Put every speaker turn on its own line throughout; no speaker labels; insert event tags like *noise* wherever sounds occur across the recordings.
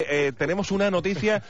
Eh, tenemos una noticia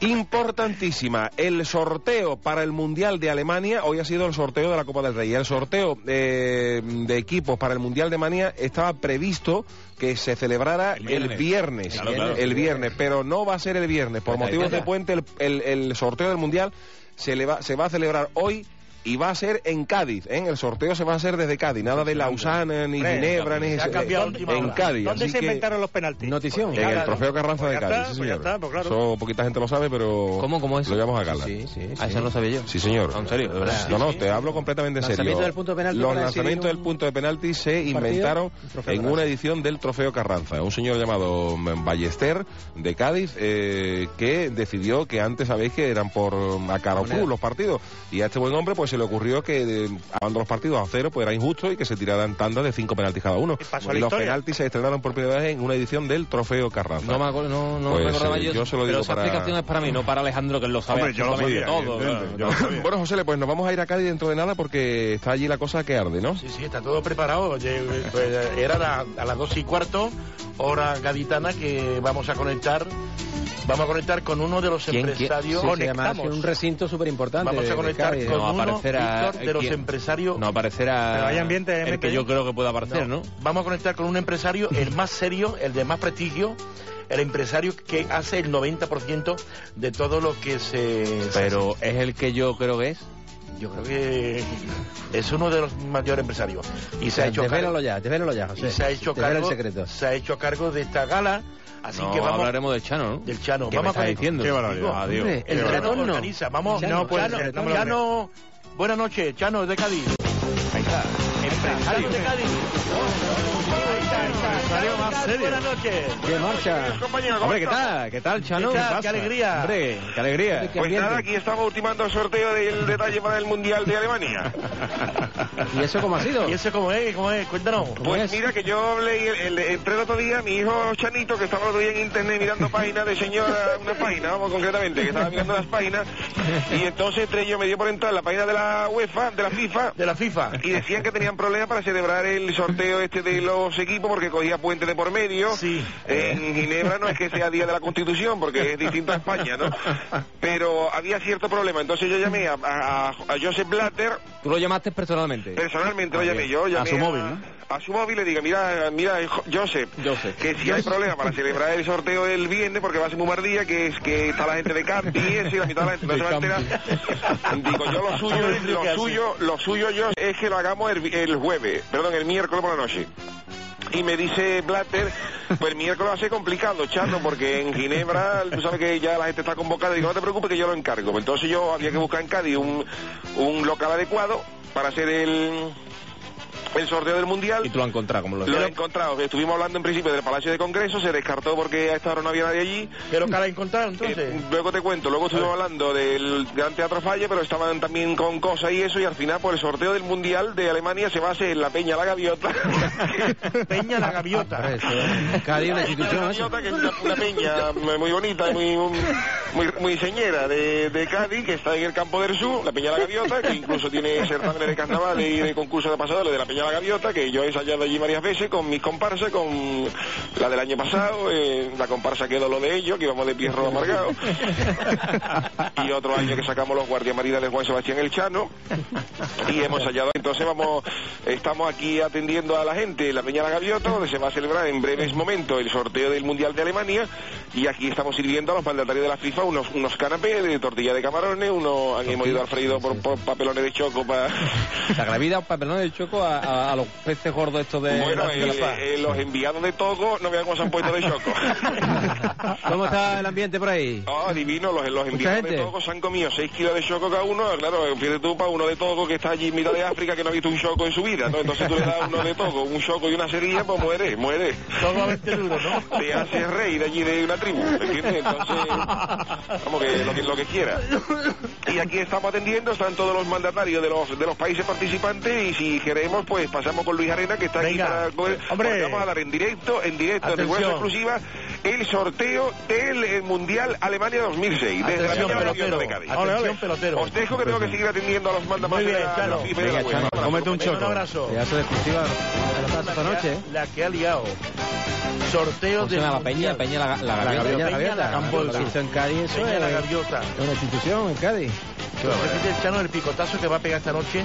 importantísima. El sorteo para el Mundial de Alemania, hoy ha sido el sorteo de la Copa del Rey. El sorteo eh, de equipos para el Mundial de Alemania estaba previsto que se celebrara el viernes, el viernes,
Claro, claro.
el viernes, pero no va a ser el viernes. Por
Pues
Calla,
motivos de
calla.
puente, el, el- el sorteo del Mundial se, le va, se va a celebrar hoy. Y va a ser en Cádiz, ¿eh? El sorteo se va a hacer desde Cádiz, nada de Lausana, ni
Hombre,
Ginebra, ni...
Se ha cambiado a última
en
hora.
Cádiz.
¿Dónde
así
se
que-
inventaron los penaltis?
Notición.
Pues
en el
claro,
trofeo Carranza
pues
de
ya
Cádiz,
está,
sí,
pues ya
señor.
está, pues claro.
Eso poquita gente lo sabe, pero.
¿Cómo, cómo es?
Lo llamamos a gala.
Sí, sí,
Ah,
sí.
eso
sabía yo.
Sí, señor.
Ah, ¿en serio?
Eh,
Hola.
No, no, te hablo completamente en serio.
Lanzamiento del punto de penalti
Los
para
lanzamientos
decidir
del
un
punto de penalti se
partido,
inventaron
un trofeo
en
Carranza.
una edición del Trofeo Carranza. Un señor llamado mm, Ballester de Cádiz eh, que decidió que antes sabéis que eran por mm, a cara o cruz los partidos. Y a este buen hombre pues se le ocurrió que eh, acabando los partidos a cero pues era injusto y que se tiraran tandas de cinco penaltis cada uno.
Y pasó la
los
historia.
penaltis se estrenaron por primera vez en una edición del Trofeo Carranza.
No me acuerdo, no, no
Pues,
recordaba
eh,
yo.
yo se lo
pero
digo
esa
para-
explicación es para mí, no para Alejandro, que lo sabe
Hombre, yo lo
absolutamente
sabía,
todo.
evidentemente,
claro.
yo
*laughs*
lo sabía.
Bueno, José, pues nos vamos a ir a Cádiz dentro de nada porque está allí la cosa que arde, ¿no?
Sí, sí, está todo preparado. Oye, pues, era la- a las 12 y cuarto, hora gaditana, que vamos a conectar. Vamos a conectar con uno de los
¿Quién- quién?
empresarios.
Sí, sí,
Conectamos.
un recinto súper importante.
Vamos a conectar con
No va a
uno
aparecer a-
Víctor, de los
¿quién?
empresarios.
No aparecerá
Pero hay ambiente, hay
el
ambiente
que yo
ahí.
creo que pueda aparecer, ¿no?
Vamos a conectar con un empresario, el más serio, el de más prestigio, el empresario que hace el 90% de todo lo que se...
Pero es el que yo creo que es.
Yo creo que es uno de los mayores empresarios. Y se ha hecho
Desvélalo
cargo,
ya, desvélalo ya, José.
y se ha hecho
Desvela eh,
cargo,
el secreto.
se ha hecho cargo de esta gala. Así
no
que vamos
hablaremos del Chano, ¿no?
del Chano.
¿Qué me
vamos
estás
a
diciendo?
Qué barbaridad,
Hombre,
adiós. Qué
El Chano
barbaridad.
organiza. Vamos,
Chano,
no, pues,
Chano,
Chano,
no me lo
Chano, buenas noches, Chano es de Cádiz.
Ahí está.
Chano
Empresario.
de Cádiz. Ahí está, ahí está. Chano de
más
Cádiz,
serio.
Buenas noches.
¡Qué marcha!
Compañero,
Hombre, ¿qué tal? ¿Qué tal, Chano?
¿Qué tal?
pasa?
¡Qué alegría!
Hombre, qué alegría.
Qué
Pues
ambiente.
*laughs*
nada, aquí estamos ultimando el sorteo del detalle para el Mundial de Alemania.
¿Y eso cómo ha sido?
¿Y ese cómo es? ¿Cómo es? Cuéntanos.
Pues mira que yo leí, el, el- entré el otro día, mi hijo Chanito, que estaba el otro día en internet mirando páginas de señora, una página, vamos concretamente, que estaba mirando las páginas, y entonces entre yo me dio por entrar en la página de la UEFA, de la FIFA,
De la FIFA.
y decían que tenían problemas para celebrar el sorteo este de los equipos porque cogía puente de por medio.
Sí.
En Ginebra no es que sea día de la Constitución porque es distinta a España, ¿no? Pero había cierto problema. Entonces yo llamé a, a- a Joseph Blatter,
Tú lo llamaste personalmente.
personalmente lo
Muy
llamé
bien.
yo. llamé
A su móvil, ¿no?
A su móvil le digo, mira, mira, jo- Joseph,
Joseph.
que si hay problema para celebrar el sorteo el viernes, porque va a ser muy mal día, que es que está la gente de Campi y eso, y la mitad de la gente no
De
se va a enterar. Digo, yo lo suyo, es- lo suyo, lo suyo yo es que lo hagamos el, vi- el jueves, perdón, el miércoles por la noche. Y me dice Blatter, pues el miércoles va a ser complicado, Charlo, porque en Ginebra, tú sabes que ya la gente está convocada. Digo, no te preocupes que yo lo encargo. Entonces yo había que buscar en Cádiz un, un local adecuado para hacer el, el sorteo del Mundial.
Y tú lo has encontrado, como lo
Lo he encontrado. Estuvimos hablando en principio del Palacio de Congreso, se descartó porque a esta hora no había nadie allí.
Pero cara encontraron
Eh,
entonces.
luego te cuento, luego estuvimos hablando del Gran Teatro Falle, pero estaban también con cosas y eso, y al final por el sorteo del Mundial de Alemania se va a hacer en la Peña La Gaviota.
Peña la gaviota.
Hombre, eso- Cádiz, una
la
institución, eso.
Gaviota, que es una, una peña muy bonita, muy, muy, muy señera de, de Cádiz, que está en el Campo del Sur, la Peña La Gaviota, que incluso tiene certámenes de carnaval y de concursos de pasadores de la Peña La Gaviota, que yo he ensayado allí varias veces con mis comparsas, con la del año pasado, eh, la comparsa quedó lo de ellos, que íbamos de pierro amargado, y otro año que sacamos los Guardia Marina de Juan Sebastián El Chano, y hemos hallado. Entonces vamos, estamos aquí atendiendo a la gente en la Peña La Gaviota, donde se va a celebrar en breves momentos el sorteo del Mundial de Alemania. Y aquí estamos sirviendo a los mandatarios de la FIFA unos, unos canapés de tortilla de camarones, unos han hemos ido al freído por, por papelones de choco para...
La gravidad, perdón, del choco a, a- a los peces gordos estos de...
Bueno,
la
eh,
FIFA.
eh, los enviados de Togo no vean cómo se han puesto de choco.
*laughs* ¿Cómo está el ambiente por ahí?
Ah, divino, los, los enviados de
gente.
Togo se han comido 6 kilos de choco cada uno. Claro, fíjate tú para uno de Togo que está allí en mitad de África que no ha visto un choco en su vida, ¿no? Entonces tú le das uno de Togo, un choco y una cerilla, pues muere, muere.
Todo a 20 euros, ¿no?
Te hace rey de allí de una tribu, ¿entiendes? Entonces, vamos, que lo que, lo que quiera. Y aquí estamos atendiendo, están todos los mandatarios de los, de los países participantes y si queremos, pues pasamos con Luis Arena que está aquí
Venga, eh,
para... coger-
hombre.
porque Vamos a dar en directo, en directo, en
Atención.
Huelva exclusiva, el sorteo del eh, Mundial Alemania 2006. Desde la
Atención,
Peña Gaviota
pelotero.
de Cádiz.
Ole, ole. Atención, pelotero.
Os dejo que tengo que seguir atendiendo a los
Muy
mandatarios
bien,
de la
claro.
FIFA y de la
Venga,
UEFA.
Chano,
Abrazo.
Venga, Un abrazo.
Pedazo de exclusiva. pasar esta
la que ha-
noche, ¿eh?
La que ha liado. Sorteo
¿Cómo se
del
llama? Peña,
Mundial.
Peña la, la Gaviota.
La Gaviota, la
Peña,
Gaviota.
la Campo del
Lo
Sur.
hizo en Cádiz, eso
Peña la
es
gaviota.
es una institución en Cádiz.
Repite el Chano el picotazo que va a pegar esta noche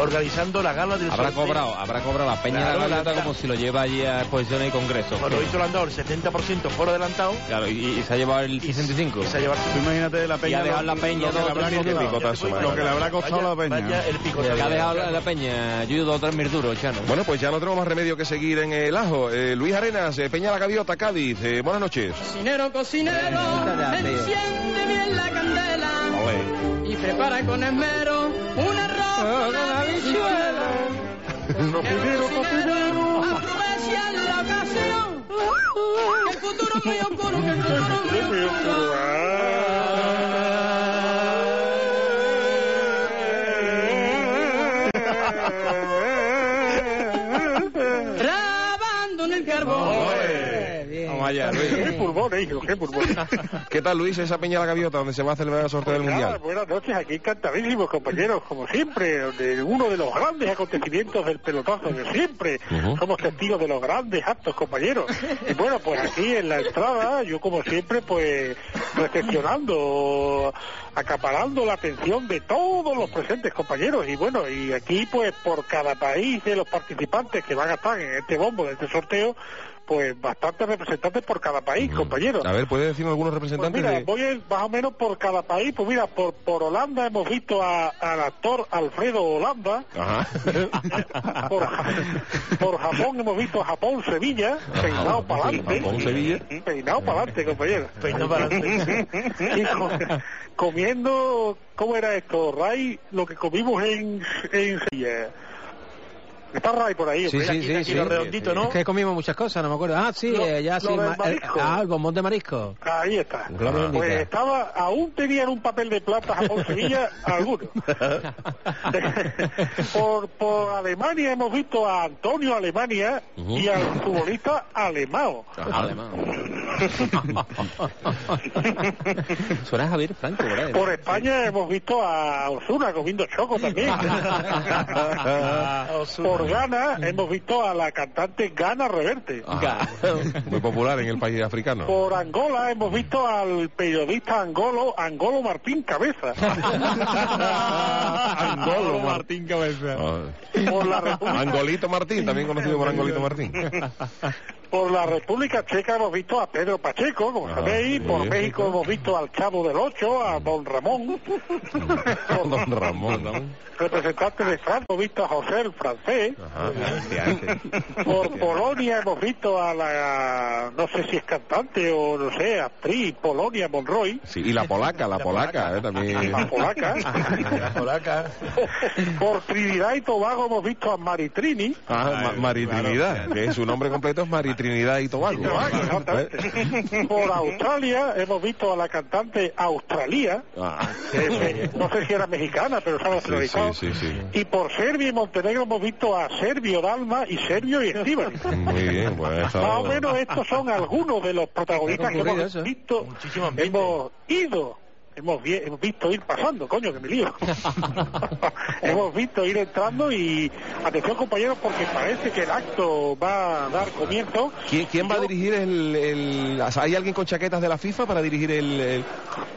organizando la gala del
Habrá
sorteo.
cobrado, habrá cobrado la Peña
Claro,
la Gaviota
la-
como si lo lleva allí a exposiciones y congresos.
Bueno, hoy se lo han dado el 70% por adelantado.
Claro, y, y se ha llevado el 65.
Y se ha llevado
Tú imagínate la peña.
ha dejado la
lo
peña
que
dos
le habrá
tres
costado.
mil
picotazo, madre
Lo que le
mía.
habrá costado
Vaya-
la peña.
Vaya el picotazo.
Que ha dejado la, la Peña, yo dos o tres mil duros, Chano.
Bueno, pues ya no tenemos más remedio que seguir en el ajo. Eh, Luis Arenas, eh, Peña la Gaviota, Cádiz. eh, buenas noches.
Cocinero, cocinero,
Quítate, tío.
enciende bien la candela y prepara con esmero un arroz Ah, con habichuela. Cocinero, cocinero, Ah. aprovecha la ocasión. Que el futuro es muy oscuro, que el futuro es muy oscuro. Trabando en el carbón.
Vamos allá,
Qué
Luis.
pulmón, hijo, qué pulmón.
¿Qué tal, Luis? Esa Peña la Gaviota, donde se va a celebrar el sorteo del
Nada,
Mundial.
buenas noches, aquí encantadísimos compañeros, como siempre, de uno de los grandes acontecimientos del pelotazo de siempre. Somos testigos de los grandes actos, compañeros. Y bueno, pues aquí en la entrada, yo como siempre, pues recepcionando, acaparando la atención de todos los presentes, compañeros. Y bueno, y aquí pues por cada país de los participantes que van a estar en este bombo, de este sorteo, pues bastantes representantes por cada país, compañeros.
A ver, ¿puede decirnos algunos
Pues
representantes
mira,
de...?
voy a ir más o menos por cada país. Pues mira, por, por Holanda hemos visto a- al actor Alfredo Holanda.
Ajá.
Por,
*laughs*
por Japón hemos visto a Japón Sevilla.
Ah,
Peinado para adelante.
Japón, Sevilla.
Peinado para adelante, compañero.
Peinado para adelante.
*laughs* Y co- comiendo, ¿cómo era esto? Ray, lo que comimos en, en Sevilla. Está Ray por *laughs* ahí,
Sí,
hombre.
sí,
Aquí,
sí,
aquí
sí.
lo redondito, ¿no?
Es que comimos muchas cosas, no me acuerdo. Ah, sí,
Lo-
eh, ya
lo
sí.
del
ma- el-
marisco.
ah, el bombón de
*laughs*
marisco. *laughs*
Ahí está.
Gloria bendita.
Pues estaba, aún tenían un papel de plata Japón Sevilla, algunos. *laughs* por, por Alemania hemos visto a Antonio Alemania y al futbolista alemán.
*laughs* Suena a Javier Franco, ¿verdad? *laughs*
Por España hemos visto a Osuna comiendo choco
*laughs*
también. por Ghana hemos visto a la cantante Ghana Reverte.
Ajá. Ah, Muy popular en el país africano.
Por Angola hemos visto al periodista angolo, Angolo Martín Cabeza.
*laughs* Angolo, Martín Cabeza.
Ah.
Por la República
Angolito Martín, también conocido por Angolito *laughs* Martín.
Por la República Checa hemos visto a Pedro Pacheco, como
Ah, Mm.
sabéis.
muy
Por
bien.
México hemos visto al Chavo del Ocho, a
*laughs*
Don Ramón.
Don Ramón. ¿no?
Representante de Francia hemos visto a José el
*laughs*
francés.
Ajá.
Por Polonia hemos visto a la, no sé si es cantante o no sé, actriz, Polonia Monroy.
Sí, y la polaca, la polaca, eh, también.
La
*laughs*
polaca.
La polaca.
Por Trinidad y Tobago hemos visto a Maritrini.
Ah, Ma- Maritrinidad, que es su nombre completo es Maritrinidad y Tobago.
Exactamente. Por Australia hemos visto a la cantante Australia.
Ah.
que es me- no sé si era mexicana, pero estaba
Sí, sí,
nacionalizado.
sí, sí.
Y por Serbia y Montenegro hemos visto a Servio Dalma y Servio y Estíbal.
Muy bien, pues eso-
Más o menos estos son algunos de los protagonistas que
Concurrido
hemos
eso, ¿eh?
visto,
Muchísimo ambiente.
hemos ido, hemos, vi- hemos visto ir pasando, coño, que
*laughs*
me lío. hemos visto ir entrando y atención compañeros porque parece que el acto va a dar comienzo.
¿Quién, quién va a
Yo-
dirigir el, el- o sea, ¿Hay alguien con chaquetas de la FIFA para dirigir el...? el-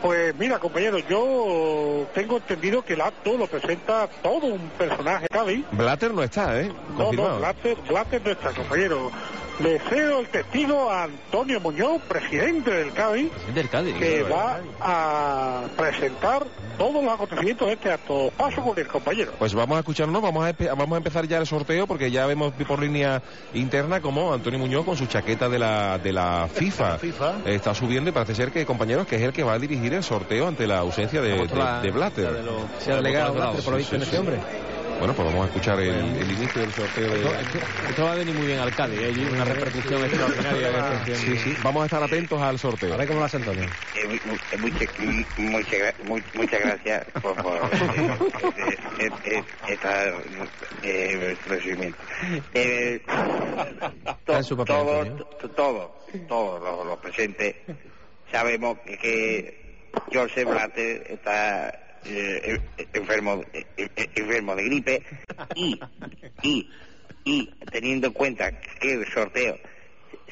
Pues mira, compañeros, yo tengo entendido que el acto lo presenta todo un personaje, Cádiz.
Blatter no está, ¿eh?
No, no,
Confirmado.
Blatter, Blatter no está, compañero. Le cedo el testigo a Antonio Muñoz, presidente del Cádiz,
Es del Cádiz.
que va a presentar todos los acontecimientos de este acto. Paso con el compañero.
Pues vamos a escucharnos, vamos a, espe- vamos a empezar ya el sorteo porque ya vemos por línea interna como Antonio Muñoz con su chaqueta de la, de la FIFA,
FIFA.
está subiendo y parece ser que, compañeros, que es el que va a dirigir el sorteo ante la ausencia de, de, de Blatter.
Se ha relegado Blatter, por lo
Sí,
visto, en
sí,
este
sí.
hombre.
Bueno, pues vamos a escuchar el, el inicio del sorteo. de-
Esto va a venir muy bien al Cádiz, hay una repercusión extraordinaria. que-
Sí, sí, vamos a estar atentos al sorteo.
A ver cómo lo hace Antonio.
Eh, mu- mu- mucha- mu- mucha gra- mu- muchas gracias por, por eh, eh, eh, esta, eh, recibimiento. Eh,
Está en su papel,
todos,
Antonio.
to- todos, todos los, los presentes sabemos que, que Joseph Blatter está eh, eh, enfermo, eh, eh, enfermo de gripe y, y y teniendo en cuenta que el sorteo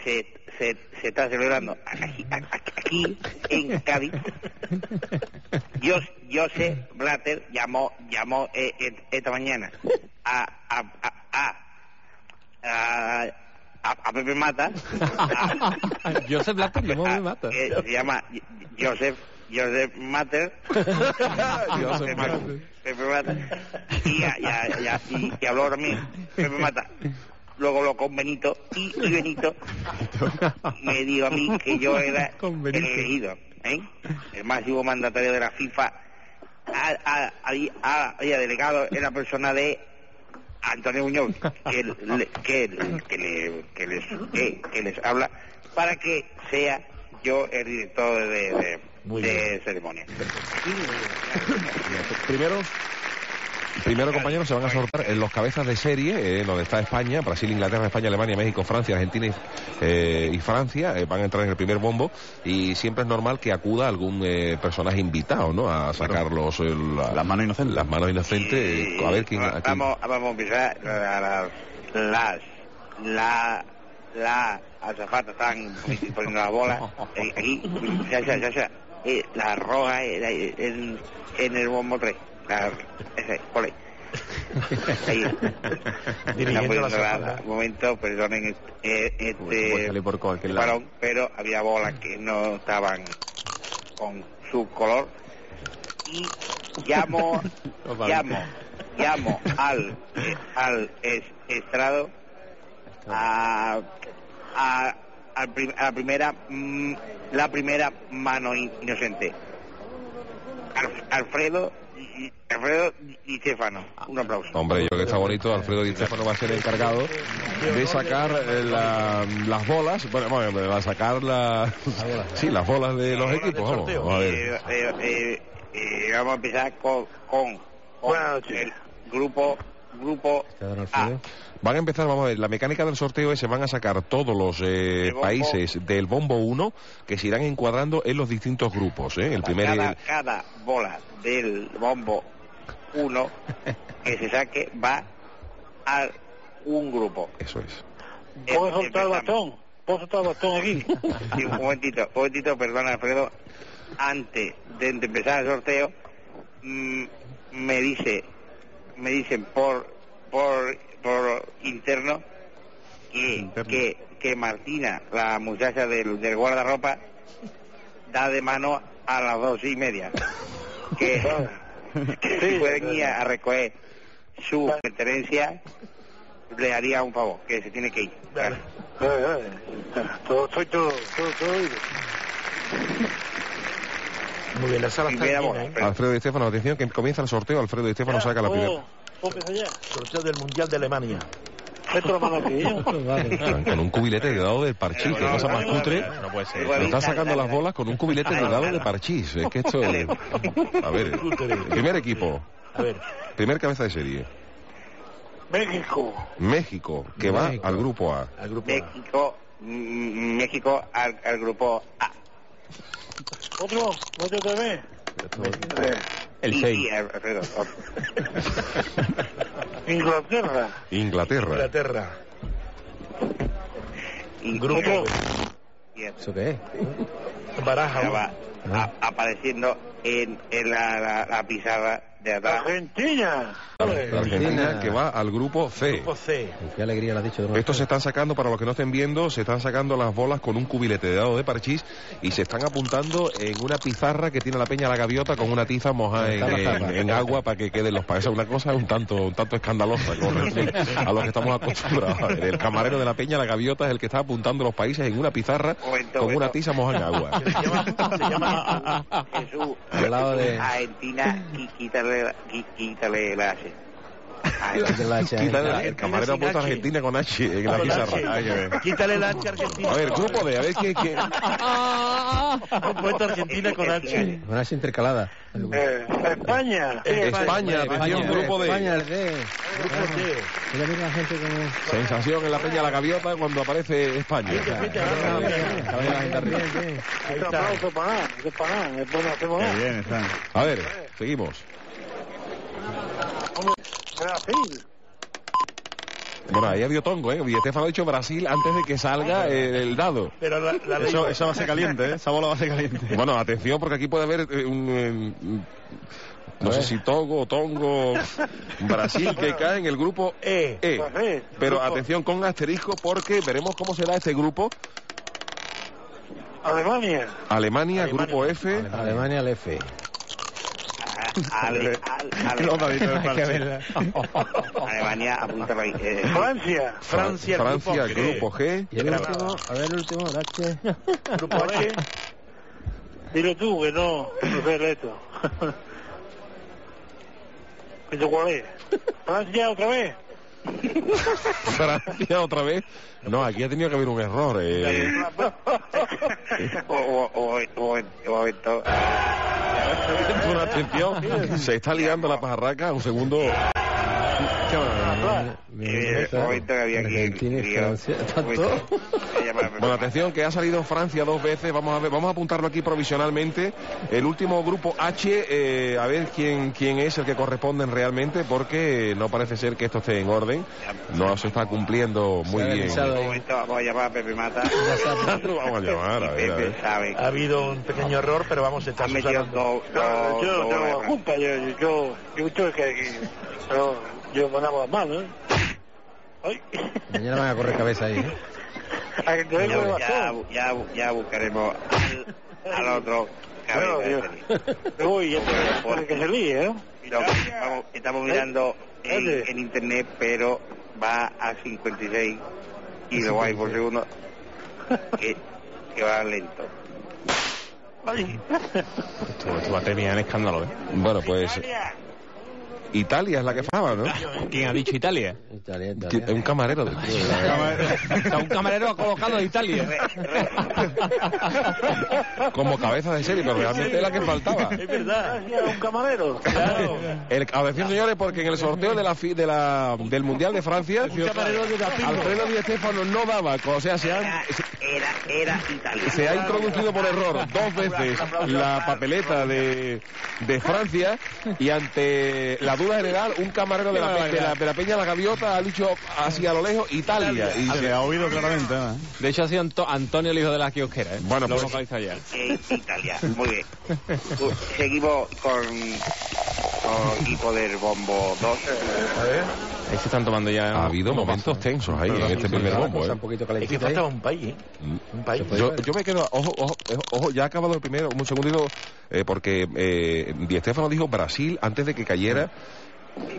se, se, se está celebrando aquí, aquí en Cádiz, yo, José Blatter llamó, llamó eh, eh, esta mañana a, a, a, a, a, a- a Pepe Mata. a-
*laughs*
Joseph Blatter llamó a Pepe Mata.
que eh, se llama Joseph, Joseph Matter. Pepe- Pepe Mata. Y, ya, ya, ya, y, y habló también Pepe Mata. Luego habló con Benito y, y Benito
*laughs*
me dijo a mí que yo era
Con
el
Benito.
elegido, ¿eh? el máximo mandatario de la FIFA. A- a- Había había delegado en la persona de Antonio Muñoz, que, le- que, le- que, le- que les, que- que les habla, para que sea yo el director de, de,
Muy
de
bien.
ceremonia.
Primero. Primero, compañeros, se van a sortear en los cabezas de serie, eh, donde está España, Brasil, Inglaterra, España, Alemania, México, Francia, Argentina y, eh, y Francia. eh, van a entrar en el primer bombo y siempre es normal que acuda algún eh, personaje invitado, ¿no? A sacar los, eh, la-
Las manos inocentes.
Las manos inocentes. eh,
Y
a ver quién. a quién-
Vamos, vamos a empezar la- la- las, la, la azafata están poniendo
*laughs*
la bola eh, aquí, ya, ya, ya, ya. Eh, la roja eh, la- eh, en, en el bombo 3. La, ese,
*laughs*
por ahí. Ahí. Está
Dirigiendo la
poniendo la-
azafata.
la- pues, un momento, perdonen eh, este
Sale por cualquier lado. Mm.
varón, pero había bolas que no estaban con su color. Y
*laughs*
llamo, llamo, llamo al, eh, al es- estrado, a, a, al prim- a la primera, mm, la primera mano in- inocente. Al- Alfredo, y- y- Alfredo Di Stefano. Un aplauso.
Hombre, yo creo que está bonito. Alfredo Di Stefano va a ser encargado de sacar eh, la- las bolas. Bueno, bueno, va a sacar la, sí, las bolas de los
bolas del
equipos. Vamos,
sorteo.
vamos a ver.
Eh, eh, eh, eh, vamos a empezar con, con, con
Buenas noches.
el grupo grupo A.
Van a empezar, vamos a ver, la mecánica del sorteo es se van a sacar todos los eh,
El bombo.
países del bombo 1 que se irán encuadrando en los distintos grupos. ¿eh? El primer,
Cada,
el-
cada bola del bombo 1 que se saque va a un grupo.
eso es.
¿Puedo soltar el
Empezamos.
bastón? ¿Puedo soltar el bastón aquí?
Sí, *laughs* un momentito, un momentito, perdona Alfredo. Antes de, de empezar el sorteo, mm, me dice, me dicen por por por interno que, que, que Martina, la muchacha del, del guardarropa, da de mano a las dos y media. Que, que si pueden ir a, a recoger su pertenencia, le haría un favor, que se tiene que ir. Gracias.
Vale, vale. Eh, Todo, soy todo, todo, todo oído.
Muy bien, la sala está
Primera
llena,
bola,
¿eh?
Pero-
Alfredo Di Stefano, atención que comienza el sorteo. Alfredo Di Stefano
Ya,
Pues saca la
¿puedo?
oh.
Oh,
primera.
¿Puedo empezar ya?
Sorteo del Mundial de Alemania.
Suelto la mano
*laughs*
aquí, ¿eh?
Con un cubilete de dado de parchís, qué cosa más cutre.
No puede ser.
Pero está sacando las bolas con un cubilete de dado de parchís. Es que esto. A ver, primer equipo,
A ver,
primer cabeza de serie.
México.
México, que va
México.
al grupo A.
al grupo
Eh,
A.
México, mm, México al, al grupo A.
¿Otro? ¿No te vez?
El
Y-
6.
y, eh, Alfredo, otro.
Inglaterra.
Inglaterra.
Inglaterra.
Y-
Grupo
y- y-
¿Eso qué es?
Baraja.
ya va a- apareciendo en, en la, la, la pizarra de atrás.
Argentina.
La Argentina,
Argentina.
que va al grupo C.
Grupo C.
Qué alegría lo has dicho de nuevo.
Estos se están sacando, para los que no estén viendo, se están sacando las bolas con un cubilete de dado de parchís y se están apuntando en una pizarra que tiene la peña la gaviota con una tiza mojada en, en- en agua para que queden los países. Una cosa un tanto, un tanto escandalosa con respecto a los que estamos acostumbrados. A ver, El camarero de la peña la gaviota es el que está apuntando los países en una pizarra
Momento,
con una
momento.
tiza mojada en agua.
Se llama, se llama
Jesús,
Al lado de-
Argentina, y quítale, la- qui- quítale la H.
Quítale la
*laughs*
H, E.
Quítale la-
ahí.
el camarero ha puesto Argentina con H
eh,
en la
Con H.
pizarra. Hay que ver.
Quítale la H a Argentina.
A ver, grupo D, a ver quién... quién...
Han puesto Argentina con H.
Con H intercalada.
Eh, España.
España, atención, grupo D.
España, el D.
Grupo D.
Mira, mira la gente como...
Sensación en la peña La Gaviota cuando aparece España.
Bien, bien.
Ahí
Un
está.
aplauso para nada, que para nada, que no hacemos
Qué
nada.
bien, está.
A ver, seguimos.
Brasil.
Bueno, ahí había tongo, ¿eh? Y Estefano ha dicho Brasil antes de que
Ah,
salga eh, el dado.
Pero la, la ley-
Eso, eso va a ser caliente, ¿eh? Esa bola va a ser caliente.
Bueno, atención, porque aquí puede haber eh, un... eh, un- no sé si Togo, Tongo, Brasil, que cae en el grupo
E.
E.
Pues, eh,
Pero
grupo-
atención con asterisco porque veremos cómo será este grupo.
Alemania.
Alemania,
Alemania.
grupo F.
Alemania al F.
Ale- al- ale-
No, David, no es
Hay que
fácil.
verla.
Alemania, apúntalo ahí. eh,
Francia.
Francia,
Francia,
grupo G.
grupo G.
Y el último, a ver el último, el H.
Grupo H.
Dilo tú, que no, que no sé leer *laughs* esto. ¿Esto cuál es? Francia otra vez.
Francia otra vez. No, aquí ha tenido que haber un error. eh.
o, o, o, o, o- o-
Una atención. Se está liando la pajarraca. Un segundo.
Ah,
Eh, un momento que había aquí.
Argentina y
Digo,
Francia,
un momento.
tanto.
Voy a llamar al
Bueno,
programa.
atención, que ha salido Francia dos veces. Vamos a ver, vamos a apuntarlo aquí provisionalmente. El último grupo H, eh, a ver quién, quién es el que corresponden realmente, porque no parece ser que esto esté en orden. No se está cumpliendo muy
Se ha
bien.
realizado.
Un momento, vamos a llamar a Pepe Mata.
*laughs* Lo vamos a llamar, a ver, a ver.
*laughs*
Pepe sabe.
Ha habido un pequeño error, pero vamos, Ah, está
Han metido
subsanando.
dos.
No,
dos-
yo no
dos
tengo la
errores.
culpa, yo, yo, yo, yo tuve que, que- pero yo mandaba las manos, ¿eh? Ay, *laughs*
Mañana van a correr cabeza ahí. ¿eh?
a que te vengo de
Ya, ya,
bastón.
ya, ya buscaremos al, al otro. cabeza
Bueno,
de
Dios.
serie.
Me voy, ya te para que se líe, ¿eh?
No, vamos, estamos mirando en,
Oye.
en internet, pero va a 56 y lo hay por segundo. Que, que va lento.
Ay.
Esto, esto va a terminar en escándalo, ¿eh?
Bueno, pues Italia es la que falaba, ¿no?
¿Quién ha dicho Italia?
Italia,
Que-
Italia.
Un camarero. de-
O sea, un camarero ha colocado de Italia.
Como cabeza de serie, pero realmente es la que faltaba.
Es verdad.
Gracias, un camarero.
Claro.
El, atención, señores, porque en el sorteo de la, fi- de la- del Mundial de Francia, Alfredo Di Stéfano no daba. O sea, se han,
Era, era, era Italia.
se ha introducido por error dos veces la papeleta de, de Francia y ante la duda general, un camarero de la, pe- de la, de la Peña La Gaviota ha dicho hacia lo lejos Italia. Y
Se
se-
le ha oído claramente, ¿eh?
De hecho, ha sido Anto- Antonio el hijo de la kiosquera, ¿eh?
Bueno,
Lo
pues-
localiza ya.
Eh, Italia. Muy bien. Uh, Seguimos con, con equipo del Bombo 2.
Ahí se están tomando ya...
ha habido momentos tensos ahí en este primer
Una
bombo.
cosa
¿eh?
un poquito
Es que
calentita ahí.
faltaba un país,
Mm.
¿eh? Un país.
Pues Yo, yo me quedo, ojo, ojo, ojo, ojo, ya ha acabado el primero, un segundito, eh, porque eh, Di Stéfano dijo Brasil antes de que cayera.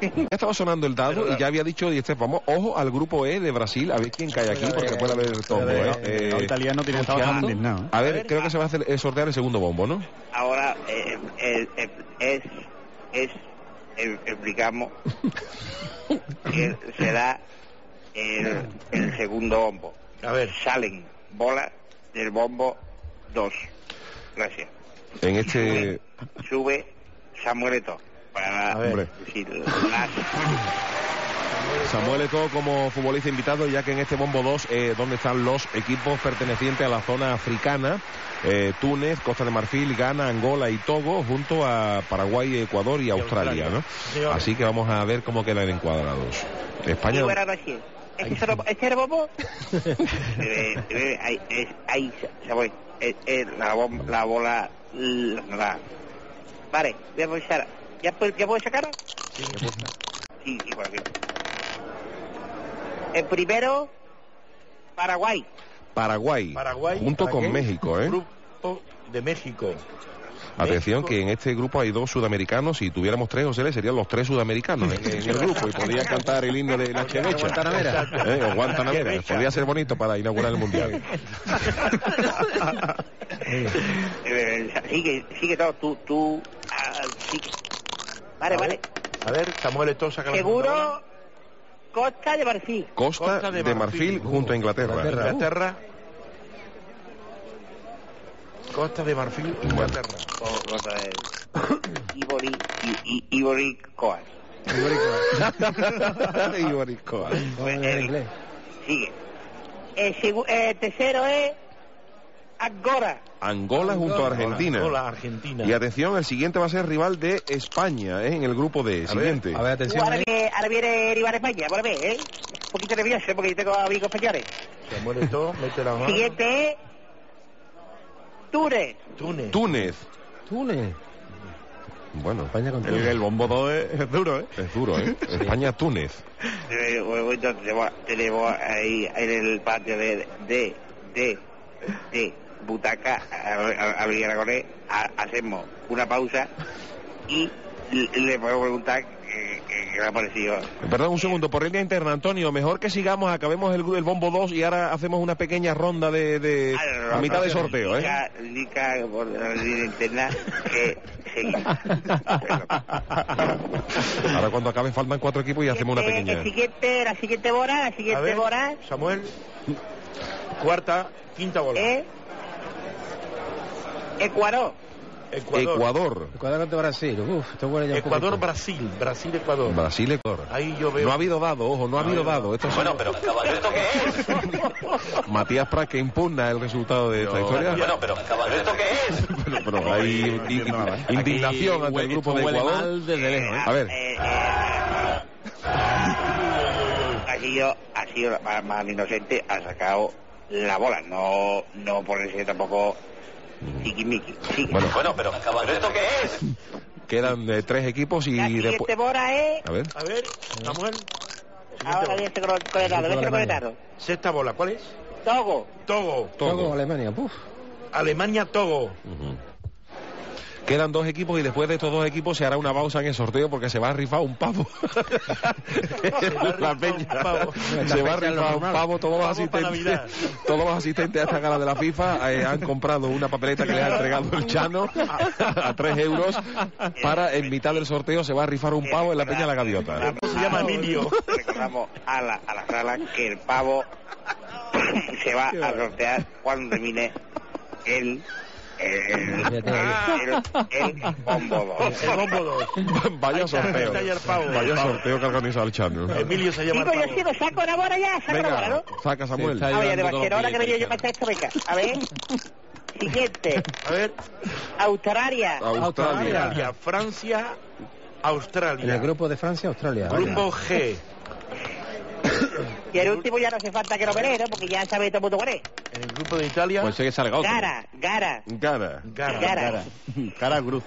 Ya estaba sonando el dado y ya había dicho Di Stéfano, ojo al grupo E de Brasil, a ver quién cae aquí, porque puede haber tombo.
Pero,
¿eh?
El
Eh,
italiano tiene estaba tan indignado, ¿eh?
a ver, creo que se va a hacer, eh, sortear el segundo bombo, ¿no?
Ahora eh, eh, eh, es, es, eh, explicamos que será el, el segundo bombo.
A ver.
Salen bolas del bombo 2. Gracias.
En este...
Sube Samuel Eto'o para
A ver.
Hombre.
decir las
Samuel Eto'o como futbolista invitado, ya que en este bombo 2, eh, donde están los equipos pertenecientes a la zona africana, eh, Túnez, Costa de Marfil, Ghana, Angola y Togo, junto a Paraguay, Ecuador y Australia,
Australia.
¿no?
Señor.
Así que vamos a ver cómo quedan encuadrados. España.
buenas noches. ¿Este es el- este es el *laughs* bombo? Eh, eh, ahí, es, ahí se- se voy. Eh, eh, la, bom- la bola. la- la- Vale, voy a pulsar. ¿Ya, pu- ¿Ya puedo sacar? Sí, igual que. El primero, Paraguay.
Paraguay,
Paraguay,
junto
Paraguay,
con México, ¿eh?
Grupo de México.
Atención
México.
que en este grupo hay dos sudamericanos, si tuviéramos tres, José, le serían los tres sudamericanos en, en el grupo y podría cantar el himno de la Chevecha.
Guantanamera.
Eh, o Guantanamera. Podría ser bonito para inaugurar el Mundial.
Eh, sigue, sigue todo. Tú, tú. ah, sigue. Vale,
A ver,
vale.
A ver, Samuel Eto'o saca la segunda
Seguro,
bola.
Costa de Marfil.
Costa, de, Marfil, junto a Inglaterra.
Inglaterra. Costa de Marfil, Inglaterra.
o- Costa de. Ibori, I- I- Ibori Coas.
y Boricoa.
Vamos a ver en inglés.
Sigue. El, segu- el Eh, tercero es Angora.
Angola junto a Argentina.
Hola, Argentina.
Y atención, el siguiente va a ser rival de España, ¿eh? en el grupo de siguiente.
A ver, atención
Ahora
ahí.
viene, ahora viene rival España, por ver, ¿eh? poquito nervioso porque yo tengo amigos especiales.
Se muere todo, mete la mano.
Siguiente es... Túnez.
Túnez.
Túnez.
Túnez.
Bueno,
España con
El,
Túnez.
el bombo 2 es, es duro, ¿eh?
es duro, ¿eh? España-Túnez.
Eh, bueno, yo te llevo- te llevo ahí en el patio de, de, de, de butaca a Miguel Aragonés, ha- hacemos una pausa y le- le podemos preguntar qué qué- qué le ha parecido.
Perdón, un segundo, por línea interna, Antonio, mejor que sigamos, acabemos el, el bombo 2 y ahora hacemos una pequeña ronda de... de- a mitad de sorteo, ¿eh?
Lica, lica por la línea interna que seguimos.
Ahora cuando acabe faltan cuatro equipos y *laughs* hacemos una pequeña...
Siguiente, Eh, el siguiente, la siguiente bola, la
A
siguiente
ver,
bola
Samuel. Cuarta, quinta bola.
es Ecuador.
Ecuador.
Ecuador.
Ecuador ante Brasil. Uf, esto huele ya un
Ecuador,
poquito.
Brasil. Brasil, Ecuador.
Brasil, Ecuador.
Ahí yo veo.
No ha habido dado, ojo, no ha habido dado. Esto bueno, pero ¿esto qué es? Matías Prat que impugna el resultado de esta historia. Bueno, pero ¿esto qué es? pero hay
No entiendo nada, ¿eh?
indignación
Aquí
ante el
huele-
grupo
esto
de
huele
Ecuador.
mal desde lejos, ¿eh?
A ver,
Eh, eh, eh, ha sido, ha sido más, más inocente, ha sacado la bola, no, no ponerse tampoco tiquimiqui. Sí.
Mm. Bueno.
pero
quedan eh, tres equipos
la
y
siguiente
después...
bola es,
A ver,
A ver, Samuel.
ahora
bola.
viene con el colorado,
Siguiente
déjalo
bola,
conectado.
Sexta bola, ¿cuál es?
Togo,
Togo.
Togo,
todo.
Alemania. Uf.
Alemania,
*laughs*
Togo.
Ujú. Quedan dos equipos y después de estos dos equipos se hará una pausa en el sorteo porque se va a rifar un pavo.
rifar
la
un
peña.
pavo.
*laughs* Se va
Esta fecha
a
es lo
rifar un
normal.
pavo. Todos los,
Pavo pa'
asistentes,
Navidad.
todos los asistentes a esta gala de la FIFA eh, han comprado una papeleta que les ha entregado el Chano a 3 euros para en mitad del sorteo se va a rifar un pavo en la peña de la gaviota.
Se llama Emilio.
recordamos a la, a la sala que el *laughs* pavo se va a sortear cuando termine el, el, el, el, el bombo dos.
El bombo 2.
Vaya
está, ahí
sorteo.
está ya el pavo.
Vaya sorteo que ha organizado el Chano.
Emilio se llama
Chico, yo
el
sigo,
pavo.
saco la bola ya, saco la bola,
Venga,
¿no?
saca Samuel.
Se está
Ah, vaya, de
llevando todos
vaquero,
los
ahora que no llevo yo
billetes,
para esto, venga. A ver. Siguiente.
A ver,
Australia.
Australia.
Australia, Francia,
En el
Australia.
grupo de Francia, Australia. vaya.
Grupo G.
Y el último ya no hace falta que lo veré, ¿no? Porque ya sabe todo el mundo cuál es.
En el grupo de Italia,
Pues sé que salga otro.
Gara, Gara,
Cara.
Gara.
Gara.
Cara cruz.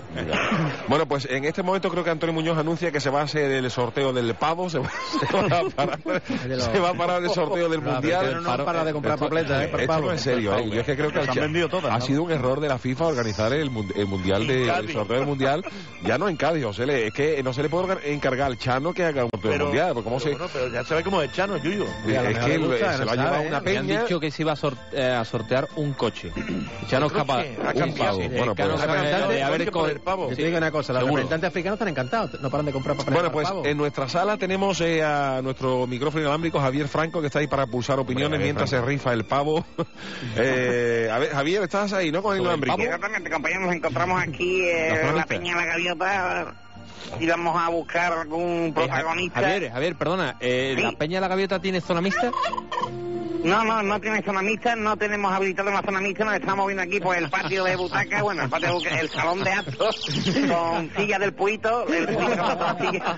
Bueno, pues en este momento creo que Antonio Muñoz anuncia que se va a hacer el sorteo del pavo, se va, se va a,
*laughs*
parar, se va a parar el sorteo del
No,
mundial.
pero no han parado de comprar
Esto-
papeletas, ¿eh? para
esto
pavo.
no es serio, ¿eh? Yo es que creo que
Se han
ha-
vendido todas,
ha
¿no?
sido un error de la FIFA organizar el, mun- el mundial de, el sorteo del mundial. Ya no en Cádiz, o sea, le- es que no se le puede organ- encargar al Chano que haga un sorteo del
Pero,
mundial. porque cómo
pero
se, Eh,
bueno, pero ya sabes cómo es Chano, Yuyo.
Y
*laughs*
a lo
es
mejor
que
le gusta,
se
no
lo ha llevado
sabe, ¿eh?
una
Me han
peña.
dicho que se iba a, sor- eh, a sortear un
*clears throat*
coche. Ya no
Un
escapa
coche, ha
un
cambiado.
pavo.
Sí,
Bueno,
claro,
pues,
ha
cambiado
de
el
haber
coche por
co-
el pavo.
Yo te
Sí.
digo una cosa, los
Seguro.
representantes africanos están encantados, no paran de comprar papeles
Bueno,
para
pues
pavo. Eh,
en nuestra sala tenemos eh, a nuestro micrófono inalámbrico Javier Franco, que está ahí para pulsar opiniones
Hombre, Javier
mientras se rifa el pavo. Eh, a ver, Javier, estás ahí, ¿no? Con el inalámbrico.
Exactamente, compañeros, nos encontramos aquí
Nos
en la
conociste.
Peña de la Gaviota y vamos a buscar algún
Eh, Ja-
protagonista.
Javier, Javier, perdona, eh,
Sí.
¿la Peña de la Gaviota tiene zona mixta?
No, no, no tiene zona mixta, no tenemos habilitado una zona mixta, nos estamos viendo aquí por el patio de butacas, bueno, el patio de buca- el salón de actos, con sillas del puito, el puito con otras sillas.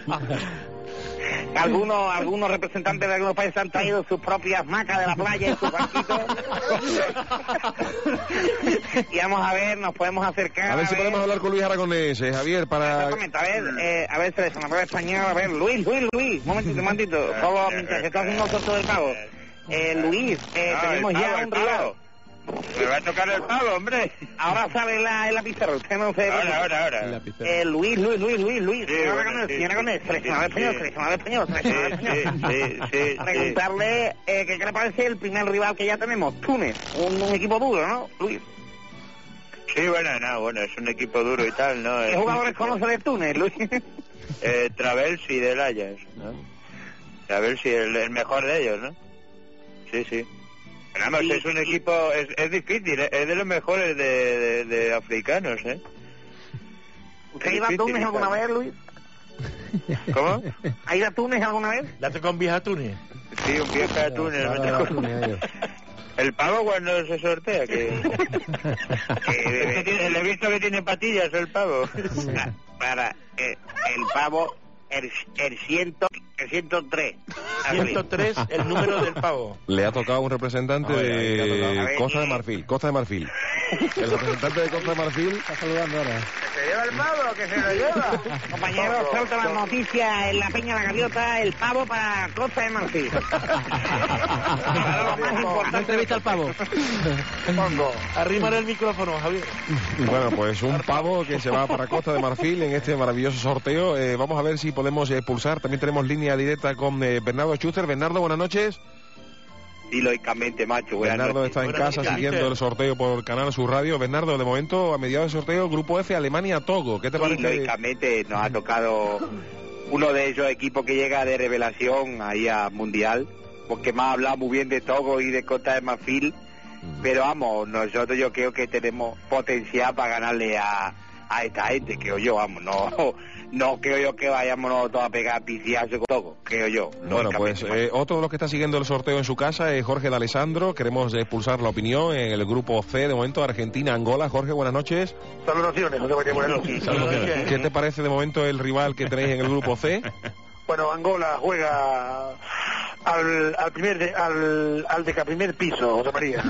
Algunos, algunos representantes de algunos países han traído sus propias macas de la playa y
*laughs*
sus barquitos. y vamos a ver, nos podemos acercar.
A ver si podemos hablar con Luis Aragonés, eh, Javier, para...
Exactamente, a ver, eh, a ver, seleccionador español, a ver, Luis, Luis, Luis, un momentito, un momentito, por favor,
Eh,
mientras se está haciendo el sorteo del pavo. Eh, Luis, eh, tenemos ya un rival.
Me va a tocar el palo, hombre.
Ahora sale la, en la pizarra, usted no se...
ahora, ahora.
La pizarra.
Eh, Luis, Luis, Luis, Luis, Luis,
Sí,
señora
bueno,
Gómez,
sí,
señora
sí,
Gómez,
sí,
seleccionador
sí,
español,
sí.
seleccionador español, seleccionador español.
sí,
Preguntarle eh, que qué le parece el primer rival que ya tenemos, Túnez, un, un equipo duro, ¿no, Luis?
Sí, bueno, no, bueno, es un equipo duro y tal, ¿no?
¿Qué
Es
jugadores conoce de Túnez, Luis? *laughs*
Eh, Traversi del Ajax, ¿no? Traversi, el, el mejor de ellos, ¿no? Sí, sí. Pero Vamos,
Y-
es un
y-
equipo, es, es difícil, ¿eh? es de los mejores de, de- de africanos, ¿eh?
¿Usted ha ido a Túnez alguna vez, Luis?
¿Cómo?
¿Ha ido a Túnez alguna vez?
Date con vieja Túnez.
Sí, un viaje a Túnez.
Claro,
¿no?
claro, *laughs* Túnez, ellos.
El pavo cuando se sortea, que... que- que tiene- le he visto que tiene patillas el pavo. Ah,
Pa- para eh, el pavo, el, el ciento el 103. Así.
103, el número del pavo.
Le ha tocado un representante
A ver, ahí le ha
tocado. A
de
ver,
Eh, Costa de
y-
Marfil, Costa de Marfil. El representante de Costa de Marfil
Está saludando ahora.
¿Se lleva el pavo que se lo lleva?
Compañeros, salta la noticia en la Peña La Gaviota, el pavo para Costa
*laughs*
de Marfil. Para lo más
Una
importante.
entrevista al pavo.
Pongo.
Arrimar el micrófono, Javier.
*laughs* Bueno, pues un pavo que se va para Costa de Marfil en este maravilloso sorteo. Eh, vamos a ver si podemos eh, pulsar. También tenemos línea directa con eh, Bernardo Schuster. Bernardo, buenas noches.
Y lógicamente, macho, buenas
Bernardo
noches.
está en
Buenas
casa
noches.
siguiendo el sorteo por Canal Sur Radio. Bernardo, de momento, a mediados del sorteo, Grupo F, Alemania-Togo. ¿Qué te
Y
parece?
lógicamente nos ha tocado uno de esos equipos que llega de revelación ahí a Mundial, porque más hablado muy bien de Togo y de Costa de Marfil, pero vamos, nosotros yo creo que tenemos potencial para ganarle a, a esta gente, creo yo, vamos, no, *laughs* no creo yo que vayamos nosotros a pegar piciazo con Togo, creo yo.
Bueno, pues
lógicamente.
eh, otro de los que está siguiendo el sorteo en su casa es Jorge de Alessandro. Queremos eh, pulsar la opinión en el grupo C. De momento, Argentina-Angola. Jorge, buenas noches.
Saludaciones, José María, buenas noches.
Saludaciones.
¿Qué te parece de momento el rival que tenéis en el grupo C?
Bueno, Angola juega al, al primer de- al, al deca primer piso,
*laughs*
José María.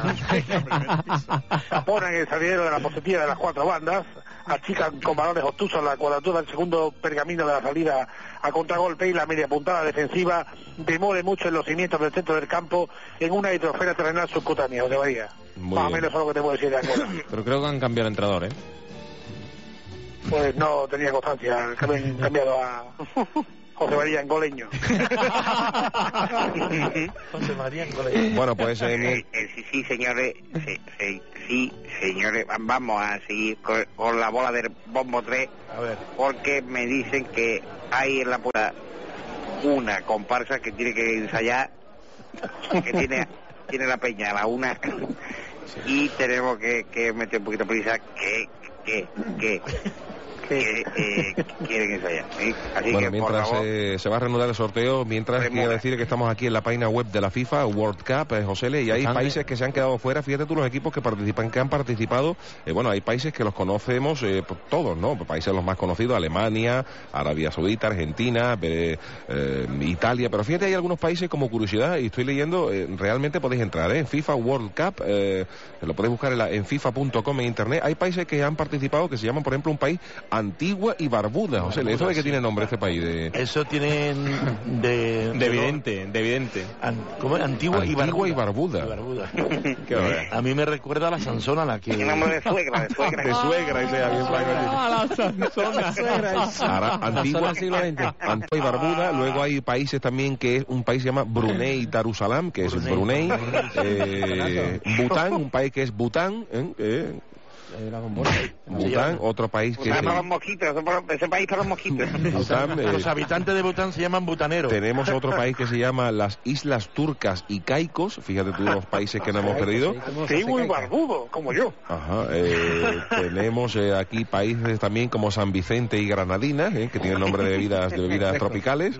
Aponan el salidero de la posetilla de las cuatro bandas, achican con balones obtusos la cuadratura del segundo pergamino de la salida a contragolpe y la media puntada defensiva demore mucho en los cimientos del centro del campo en una hidrosfera terrenal subcutánea, José María.
Muy
Más o
bien.
menos es lo que te puedo decir de Angola.
*coughs*
Pero creo que han cambiado el entrenador, ¿eh?
Pues no tenía constancia, que me han cambiado a
*laughs*
José María Angoleño.
eh,
*laughs*
José María, en colegio.
Bueno, pues eh, mi-
Eh, eh, sí, sí, señores, sí, sí, sí, señores, vamos a seguir con, con la bola del bombo 3
A ver.
porque me dicen que hay en la puerta una comparsa que tiene que ensayar, que tiene, tiene la peña a la una y tenemos que, que meter un poquito de prisa que, que, que, que eh, quieren ensayar. ¿sí? Así
bueno,
que, por
mientras
favor,
eh, se va a reanudar el sorteo, mientras
Remuda.
quiero decir que estamos aquí en la página web de la FIFA, World Cup, eh, José Le, y hay
Bastante.
países que se han quedado fuera. Fíjate tú los equipos que participan, que han participado. Eh, bueno, hay países que los conocemos eh, por- todos, ¿no? Países los más conocidos, Alemania, Arabia Saudita, Argentina, eh, eh, Italia. Pero fíjate, hay algunos países como curiosidad, y estoy leyendo, eh, realmente podéis entrar ¿eh? en FIFA World Cup, eh, lo podéis buscar en, la- en FIFA.com en internet. Hay países que han participado que se llaman, por ejemplo, un país Antigua y Barbuda. José, Le, ¿eso de qué tiene nombre este país? De...
Eso tienen de...
De evidente, de evidente.
An- ¿Cómo? Antigua,
Antigua
y
y
barbuda.
barbuda.
Y barbuda.
Qué horror.
A mí me recuerda a la Sansona, la
*laughs*
que...
tiene nombre de suegra, de suegra.
de suegra, dice alguien para
Ah, la Sansona.
*laughs* Ahora, antigua, Antigua y Barbuda, luego hay países también que es un país que se llama Brunei Darussalam, que es Brunei, eh, Bután, un país que es Bután, ¿eh? eh,
Eh, la bombona.
Bután, otro país que
Bután Pues para los
se-
mosquitos, eso para- ese país para los mosquitos. Pues
Bután, eh,
*laughs* Los habitantes de Bután se llaman butaneros.
tenemos otro país que se llama las Islas Turcas y Caicos, fíjate tú los países que no hemos perdido.
Sí, muy barbudo, como yo.
Ajá,
*laughs*
eh, tenemos eh, aquí países también como San Vicente y Granadinas, eh, que tienen nombre de bebidas, de bebidas tropicales,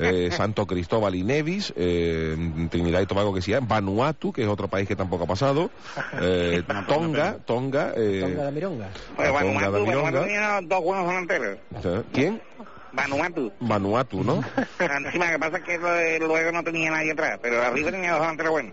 eh, Santo Cristóbal y Nevis, eh, Trinidad y Tobago que sí, hay, Vanuatu, que es otro país que tampoco ha pasado,
*laughs*
eh, Tonga, Tonga, eh,
Tonga la mironga.
Pues
Ponga la
Vanuatu, Vanuatu
milonga.
tiene dos buenos delanteros.
¿Eh? ¿quién?
Vanuatu.
Vanuatu, ¿no?
Encima, lo que pasa es que lo- luego no tenía nadie atrás, pero arriba tenía dos delanteros buenos.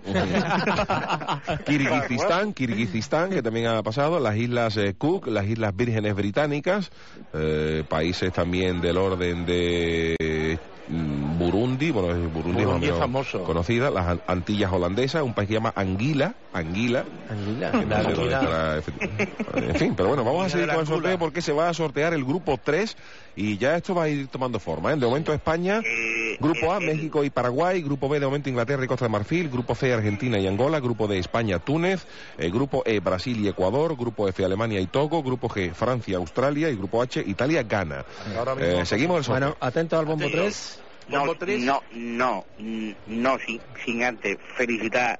Kirguistán, Kirguistán, que también ha pasado, las Islas eh, Cook, las Islas Vírgenes Británicas, eh, países también del orden de eh, mm, Burundi, bueno, es Burundi, más o
Burundi es
menos
famoso.
conocida, las An- Antillas holandesas, un país que llama Anguila, Anguila, que no
La
sé dónde
Anguila.
estará, efecti- en fin, pero bueno, vamos a
Anguila
seguir
de la
con el sorteo
Anguila.
porque se va a sortear el grupo 3 y ya esto va a ir tomando forma, ¿eh? de momento España...
Eh,
Grupo A,
el-
México y Paraguay. Grupo B, de momento Inglaterra y Costa de Marfil. Grupo C, Argentina y Angola. Grupo D, España, Túnez. Eh, grupo E, Brasil y Ecuador. Grupo F, Alemania y Togo. Grupo G, Francia, Australia. Y Grupo H, Italia, Ghana.
Ahora mismo-
Eh, seguimos el sorteo.
Bueno, atento al bombo
Atento.
3.
No,
Bombo tres.
no, no, n- no, sin, sin antes felicitar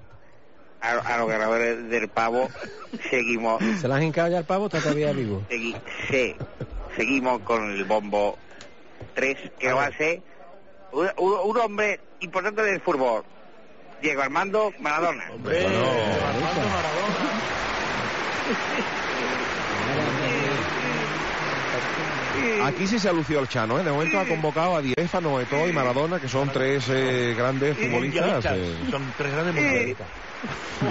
a, a los ganadores del pavo. Seguimos,
Se la han hincado ya al pavo, está todavía vivo.
segui- se- seguimos con el bombo 3, que va a ser un, un- un hombre importante del fútbol, Diego Armando Maradona.
Hombre, Armando Maradona.
Sí,
Aquí sí se alució el Chano, ¿eh? De momento
Sí.
ha convocado a Diéfano, Eto'o y Maradona, que son tres eh, grandes futbolistas.
Mundialistas.
eh.
Son tres grandes
Sí.
mundialistas.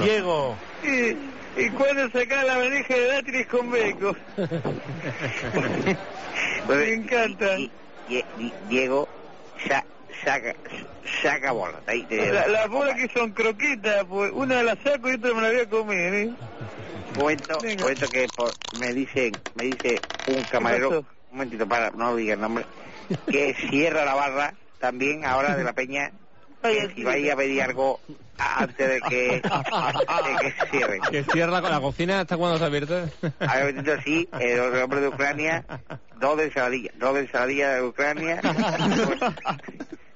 Diego,
¿Y, y cuándo saca la manija de dátiles con beco? Me encanta.
Di- Di- Di- Diego sa- saca, saca bola. Ahí te-
La- Las bolas que son croquetas, pues una la saco y otra me la voy a comer, ¿eh?
Momento,
Venga.
momento que por- me dice, me dice un
¿Qué
camarero,
pasó?
un momentito para, no diga el nombre, que cierra la barra también ahora de la peña
*laughs* Ay,
y va a ir a pedir algo a- antes de que, de que cierre.
*laughs*
Que cierra la, la cocina hasta cuando está abierta.
A ver, entonces sí, el hombre eh, de Ucrania, dos de ensaladilla, dos de ensaladilla
*laughs*
de Ucrania,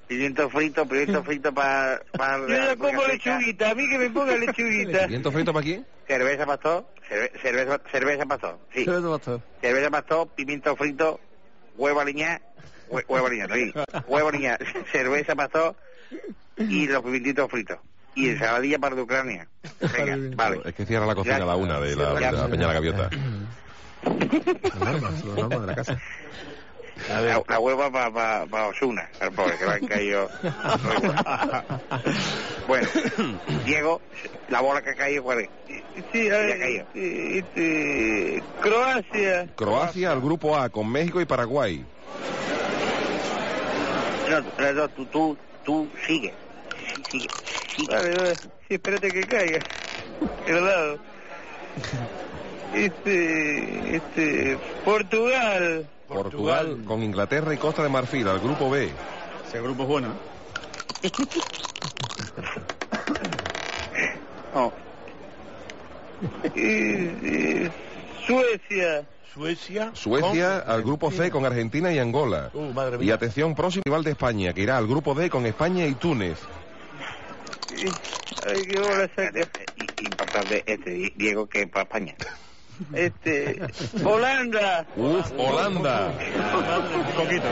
pimiento frito, pimiento frito para... para
Yo ya como
seca.
lechuguita, a mí que me ponga lechuguita.
¿Pimiento frito para quién?
Cerveza pastor, cerve- cerveza, cerveza pastor, sí. Cerveza pastor. pimiento frito, huevo aliñá, hue- huevo aliñá, no, sí. huevo aliñá, *laughs* cerveza pastor y los pimentitos fritos. Y
Mm.
ensaladilla para
*laughs*
de Ucrania. Venga, vale.
Es que cierra la cocina a la una de la, de la Peña la Gaviota.
La, la hueva para pa, pa Osuna, al pobre que le han caído. bueno, Diego, la bola que ha caído, ¿cuál es?
Sí, a
Ya
ver,
cayó.
eh, este, Croacia.
Croacia al grupo A con México y Paraguay.
No, no, no, tú, tú, tú sigue. Sigue, sigue.
Vale, vale. Sí, espérate que caiga. El lado. Este, este, Portugal.
Portugal, con Inglaterra y Costa de Marfil al grupo B.
*laughs* Ese grupo es bueno. ¿eh?
*laughs* Oh.
No,
eh, eh, Suecia.
Suecia.
Suecia al grupo C con Argentina y Angola.
con- Uh, madre
Y
mía.
atención, próximo rival de España, que irá al grupo D con España y Túnez.
Eh, A ver qué bola saca.
i- importante este Di- Diego que para España.
Este, Holanda.
Uf, Holanda.
Un poquito.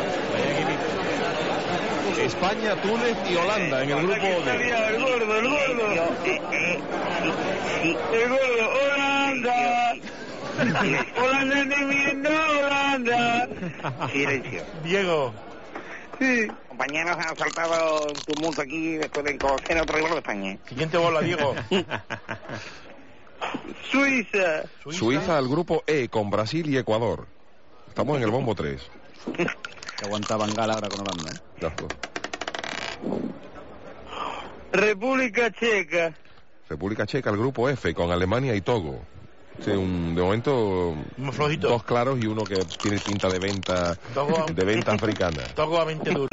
España, Túnez y Holanda en el grupo D.
Mira, el gordo, el
Yo,
gordo.
eh, eh, sí,
El gordo, Holanda. Holanda de viendo Holanda.
sí, silencio.
Diego.
Sí.
Compañeros han saltado un tumulto aquí después del conocer otro rival de España.
Siguiente bola, Diego.
Suiza.
Suiza al grupo E con Brasil y Ecuador. Estamos en el bombo 3.
*laughs* Que aguantaban gala ahora con Holanda, ¿eh?
pues.
República Checa.
República Checa al grupo F con Alemania y Togo. Sí, un- de momento
Un flojito.
dos claros y uno que tiene pinta de venta
Togo.
de venta africana.
Togo a 20 duros.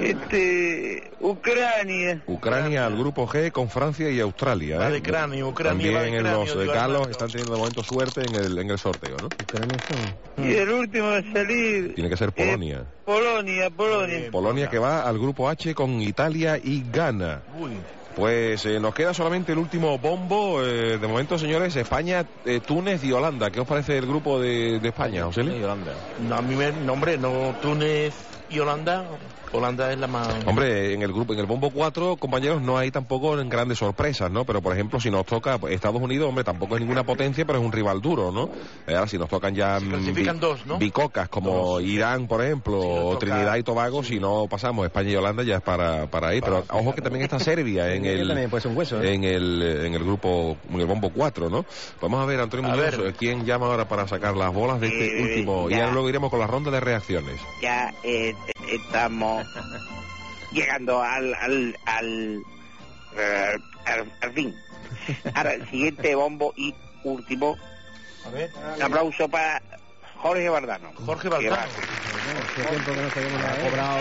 Este, Ucrania.
Ucrania al grupo G con Francia y Australia.
Va
¿eh?
de cráneo, Ucrania va de
También en
cráneo,
los
digo,
decalos
Armando.
están teniendo de momento suerte en el, en el sorteo, ¿no?
Mm.
Y el último a salir.
Tiene que
Eh,
ser Polonia.
Polonia, Polonia.
Polonia que va al grupo H con Italia y Ghana.
Uy.
Pues eh, nos queda solamente el último bombo. eh, de momento, señores, España, eh, Túnez y Holanda. ¿Qué os parece el grupo de, de España, José? Luis?
No, a mí me, no, hombre, no, Túnez y Holanda. Holanda es la más.
Hombre, en el grupo, en el bombo 4, compañeros, no hay tampoco grandes sorpresas, ¿no? Pero por ejemplo, si nos toca pues, Estados Unidos, hombre, tampoco es ninguna potencia, pero es un rival duro, ¿no? Eh, Ahora si nos tocan ya
Se
mm,
clasifican dos, ¿no?
bicocas como
Dos.
Irán, por ejemplo,
Si nos
o
toca-
Trinidad y Tobago, si no pasamos España y Holanda ya es para para ahí, pero ojo que también está Serbia en
Ella
el
también puede ser un hueso, ¿eh?
en el en el grupo en el bombo 4, ¿no? Vamos a ver Antonio
A
Muñoz,
ver.
quién llama ahora para sacar las bolas de este
Eh,
último y
ya.
ahora luego iremos con la ronda de reacciones.
Ya eh,
*laughs*
estamos llegando al al al, eh, al, al fin. Ahora el siguiente bombo y último.
A ver.
Un aplauso para Jorge Bardano.
Jorge Baltán.
Hace tiempo que no sabíamos nada. Ha cobrado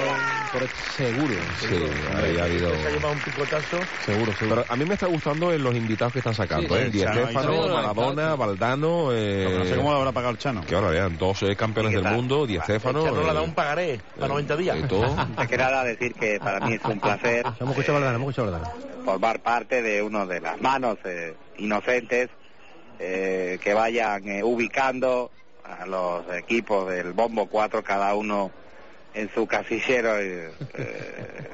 por seguro.
Sí, ahí ha habido
Se ha llevado un picotazo.
Seguro, seguro. Pero a mí me está gustando eh, los invitados que están sacando,
Sí,
¿eh?
sí,
Di
Chano,
ahí
Stéfano,
está.
Maradona, Valdano, eh,
No sé cómo lo habrá pagado el Chano.
que ahora vean, dos eh, campeones
Sí,
del
que tal.
mundo, Di Stéfano,
Echando la
eh,
da un pagaré para 90 días.
de
*laughs*
todo.
Antes que nada decir que para mí es un placer
Hemos escuchado verdad, hemos escuchado verdad.
formar parte de uno de las manos eh, inocentes eh, que vayan eh, ubicando a los equipos del Bombo 4 cada uno en su casillero eh, eh,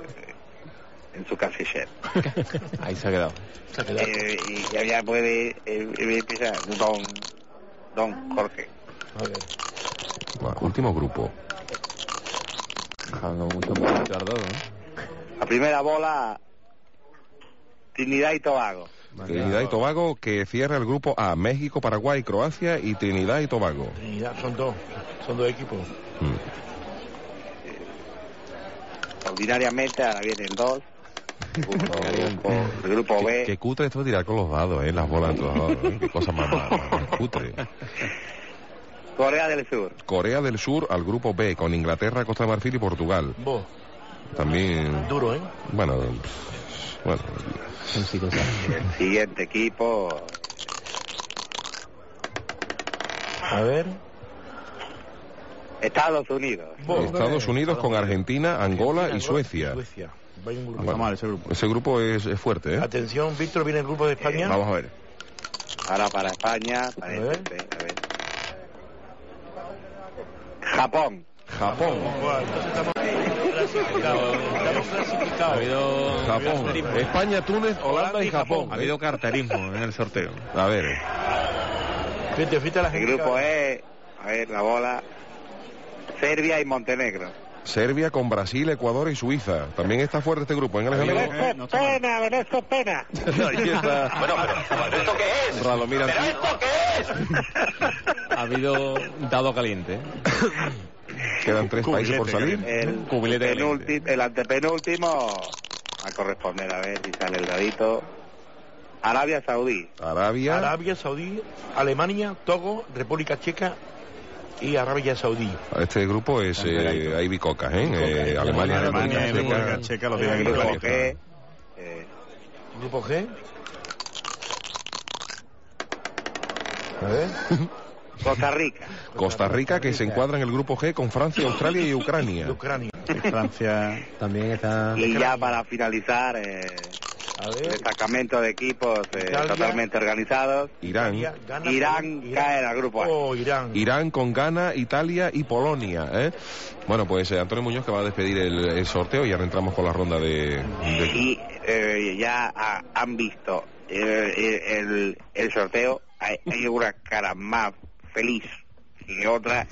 en su casillero
Ahí se ha quedado.
Se ha quedado.
Eh, y ya, ya puede eh, eh, empezar don don Jorge
Va, último grupo.
La primera bola, Trinidad y Tobago.
Trinidad y Tobago que cierra el grupo A. México, Paraguay, Croacia y Trinidad y Tobago.
Y ya son dos, son dos equipos.
Mm.
Ordinariamente ahora viene el 2. El grupo
Qué,
B,
qué cutre esto de tirar con los dados, ¿eh? Las bolas entre los dados. ¿eh? Qué cosa más, más- más cutre.
Corea del Sur.
Corea del Sur al grupo B con Inglaterra, Costa de Marfil y Portugal.
Vos,
También,
duro, ¿eh?
bueno, pff, bueno,
El siguiente equipo,
A ver.
Estados Unidos.
Vos.
Estados Unidos con Argentina, Angola y Suecia.
Suecia. Va en un grupo.
Está mal ese grupo.
Ese grupo es, es fuerte, ¿eh?
Atención, Víctor, viene el grupo de España.
Vamos a ver.
Ahora para España,
A
parece
ver.
ser, a ver. Japón.
Japón.
Bueno, entonces estamos clasificados. Estamos
Ha
clasificados.
habido...
Japón. España, Túnez, Holanda y Japón.
Ha habido carterismo en el sorteo.
A ver,
Fíjate, fíjate la
El
gente. Eh,
grupo
que-
E, a ver la bola, Serbia y Montenegro.
Serbia con Brasil, Ecuador y Suiza. También está fuerte este grupo, ¿eh, Alejandro?
Ahí Eh, no está mal.
pena, Venezo, pena.
*laughs* Ahí está. Bueno, ¿esto qué es? mira.
Ha habido dado caliente. ¿eh?
Quedan tres países por salir. *laughs*
El,
Cubilete de
penulti- el antepenúltimo a corresponder a ver si sale el dadito. Arabia Saudí.
Arabia,
Arabia Saudí, Alemania, Togo, República Checa y Arabia Saudí.
Este grupo es... Eh, hay bicocas, ¿eh? Eh, Alemania,
Alemania,
República Checa.
República Checa, los
El
tienen
grupo
claro.
G, eh,
Grupo G. A ver.
Costa Rica.
Costa Rica que se encuadra en el grupo G con Francia, Australia y Ucrania.
Ucrania. *laughs*
Francia.
También
Ah,
está...
Y ya para finalizar, eh,
A
el
ver.
destacamento de equipos eh,
Italia.
totalmente organizados.
Irán.
Gana-
Irán cae en el grupo A.
Oh, Irán.
Irán con Ghana, Italia y Polonia. ¿eh? Bueno, pues eh, Antonio Muñoz que va a despedir el, el sorteo y ahora entramos con la ronda de... de-
y eh, ya ha- han visto eh, eh, el, el sorteo. Hay, hay una cara más feliz que otra.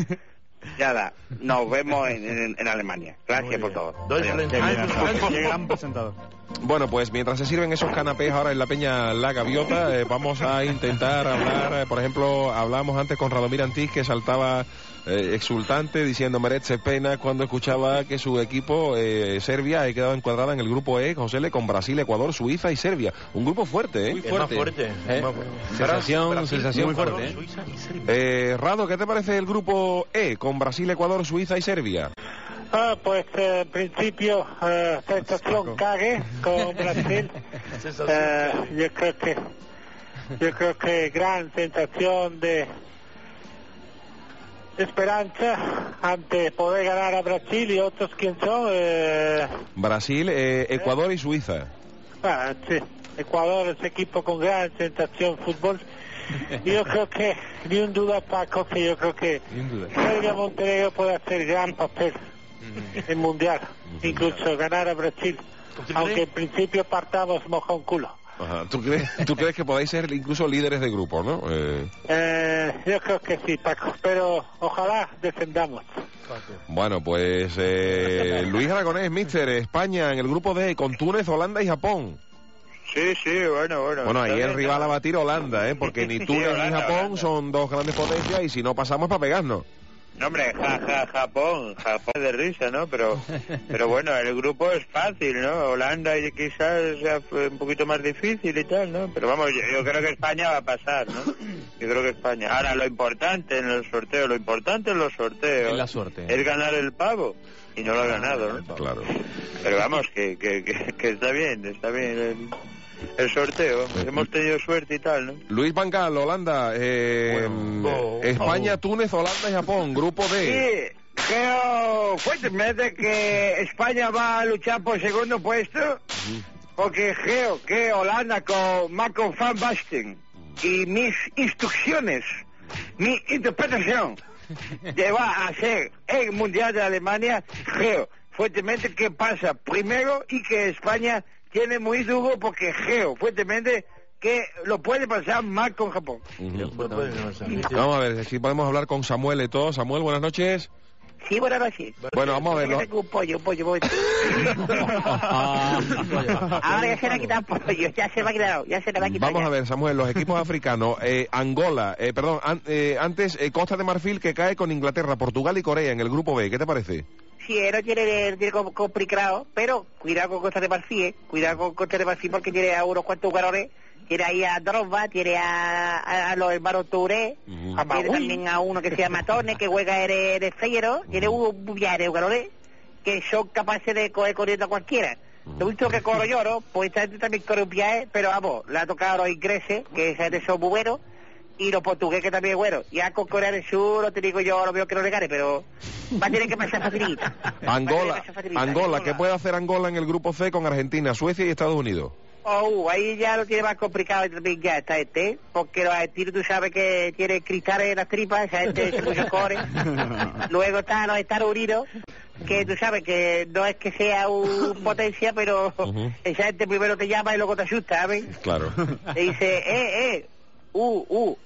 Ya da, nos vemos en, en- en Alemania. Gracias por todo. Adiós.
Deutschland.
Qué bien,
Deutschland.
qué gran presentador.
Bueno, pues mientras se sirven esos canapés ahora en la peña La Gaviota, eh, vamos a intentar hablar, eh, por ejemplo, hablamos antes con Radomir Antís que saltaba eh, exultante diciendo merece pena cuando escuchaba que su equipo eh, Serbia ha quedado encuadrada en el grupo E, José Le, con Brasil, Ecuador, Suiza y Serbia. Un grupo fuerte, ¿eh?
Es más fuerte.
¿eh?
es más fuerte.
Sensación,
Brasil,
sensación
Ecuador,
fuerte, ¿eh?
Suiza y Serbia.
Eh, Rado, ¿qué te parece el grupo E con Brasil, Ecuador, Suiza y Serbia?
Ah, pues eh, en principio, eh, sensación cague con Brasil.
*laughs*
Eh, yo creo que yo creo que gran sensación de esperanza ante poder ganar a Brasil y otros quién son eh,
Brasil, eh, Ecuador y Suiza.
ah, sí, Ecuador es equipo con gran sensación fútbol yo creo que ni un duda Paco que yo creo que Serbia Montenegro puede hacer gran papel en mundial incluso ganar a Brasil aunque en principio partamos mojón culo
Ajá, ¿Tú, crees, tú crees que podáis ser incluso líderes de grupo, ¿no? Eh,
Eh, yo creo que sí, Paco, pero ojalá descendamos.
Bueno, pues eh, Luis Aragonés, Mister, España en el grupo D con Túnez, Holanda y Japón.
Sí, sí, bueno, bueno.
Bueno, ahí el
Entonces,
rival a batir Holanda, ¿eh? porque
*laughs*
ni Túnez ni
Holanda,
Japón
Holanda.
son dos grandes potencias y si no pasamos para pegarnos.
No, hombre, ja, ja, Japón, Japón es de risa, ¿no? Pero, pero bueno, el grupo es fácil, ¿no? Holanda y quizás sea fue un poquito más difícil y tal, ¿no? Pero vamos, yo, yo creo que España va a pasar, ¿no? Yo creo que España. Ahora, lo importante en los sorteos, lo importante en los sorteos
Es la suerte. Ah,
es ganar el pavo. Y no lo ha ganado, ¿no?
Claro.
Pero vamos, que, que, que, que está bien, está bien el, el sorteo.
Pues
Hemos tenido suerte y tal, ¿no?
Luis Bangal, Holanda, eh,
Bueno, no.
España, Túnez, Holanda y Japón, grupo D.
Sí, creo fuertemente que España va a luchar por segundo puesto, porque creo que Holanda con Marco Van Basten y mis instrucciones, mi interpretación, que va a ser el Mundial de Alemania, creo fuertemente que pasa primero y que España tiene muy duro porque creo fuertemente
que lo puede pasar mal con Japón.
Ujú.
Pues, pues, no
eh,
sé.
Vamos a ver si podemos hablar con Samuel y todo. Samuel, buenas noches.
Sí, buenas noches.
Bueno, vamos a verlo.
Tengo un pollo, un pollo, un pollo.
*laughs*
Ahora ya se le ha quitado el pollo, ya se me ha quitado, ya se le va a quitar.
Vamos
ya.
a ver, Samuel, los equipos africanos, eh, Angola, eh, perdón, an- eh, antes eh, Costa de Marfil que cae con Inglaterra, Portugal y Corea en el grupo B, ¿qué te parece?
Sí, eh, no tiene, tiene com- complicado, pero cuidado con Costa de Marfil, eh. Cuidado con Costa de Marfil porque tiene a unos cuantos jugadores. Tiene ahí a Drogba, tiene a, a- a los hermanos Touré,
Ujú.
tiene también a uno que se llama Tone, que juega en el en el Feyenoord, tiene un millar de jugadores que son capaces de coger corriendo a cualquiera.
Mm.
Lo único que corro yo, ¿no? Pues esta gente también corre un viaje, pero vamos, le ha tocado a los ingleses, que esa gente son muy buenos, y los portugueses que también es bueno. Ya con Corea del Sur, no te digo yo, no veo que no le gane, pero va a tener que pasar facilita. Va a tener
*laughs*
que
Angola,
pasar facilita.
Angola, ¿qué puede hacer Angola en el grupo C con Argentina, Suecia y Estados Unidos?
Oh, ahí ya lo tiene más complicado también ya esta gente, ¿eh? porque los argentinos tú sabes que tiene cristales en las tripas, esa gente es mucho core. Luego están los Estados Unidos, que tú sabes que no es que sea
*laughs*
un potencia, pero
Ujú.
esa gente primero te llama y luego te asusta, ¿sabes? *laughs*
Claro.
Te dice, eh, eh, uh, uh.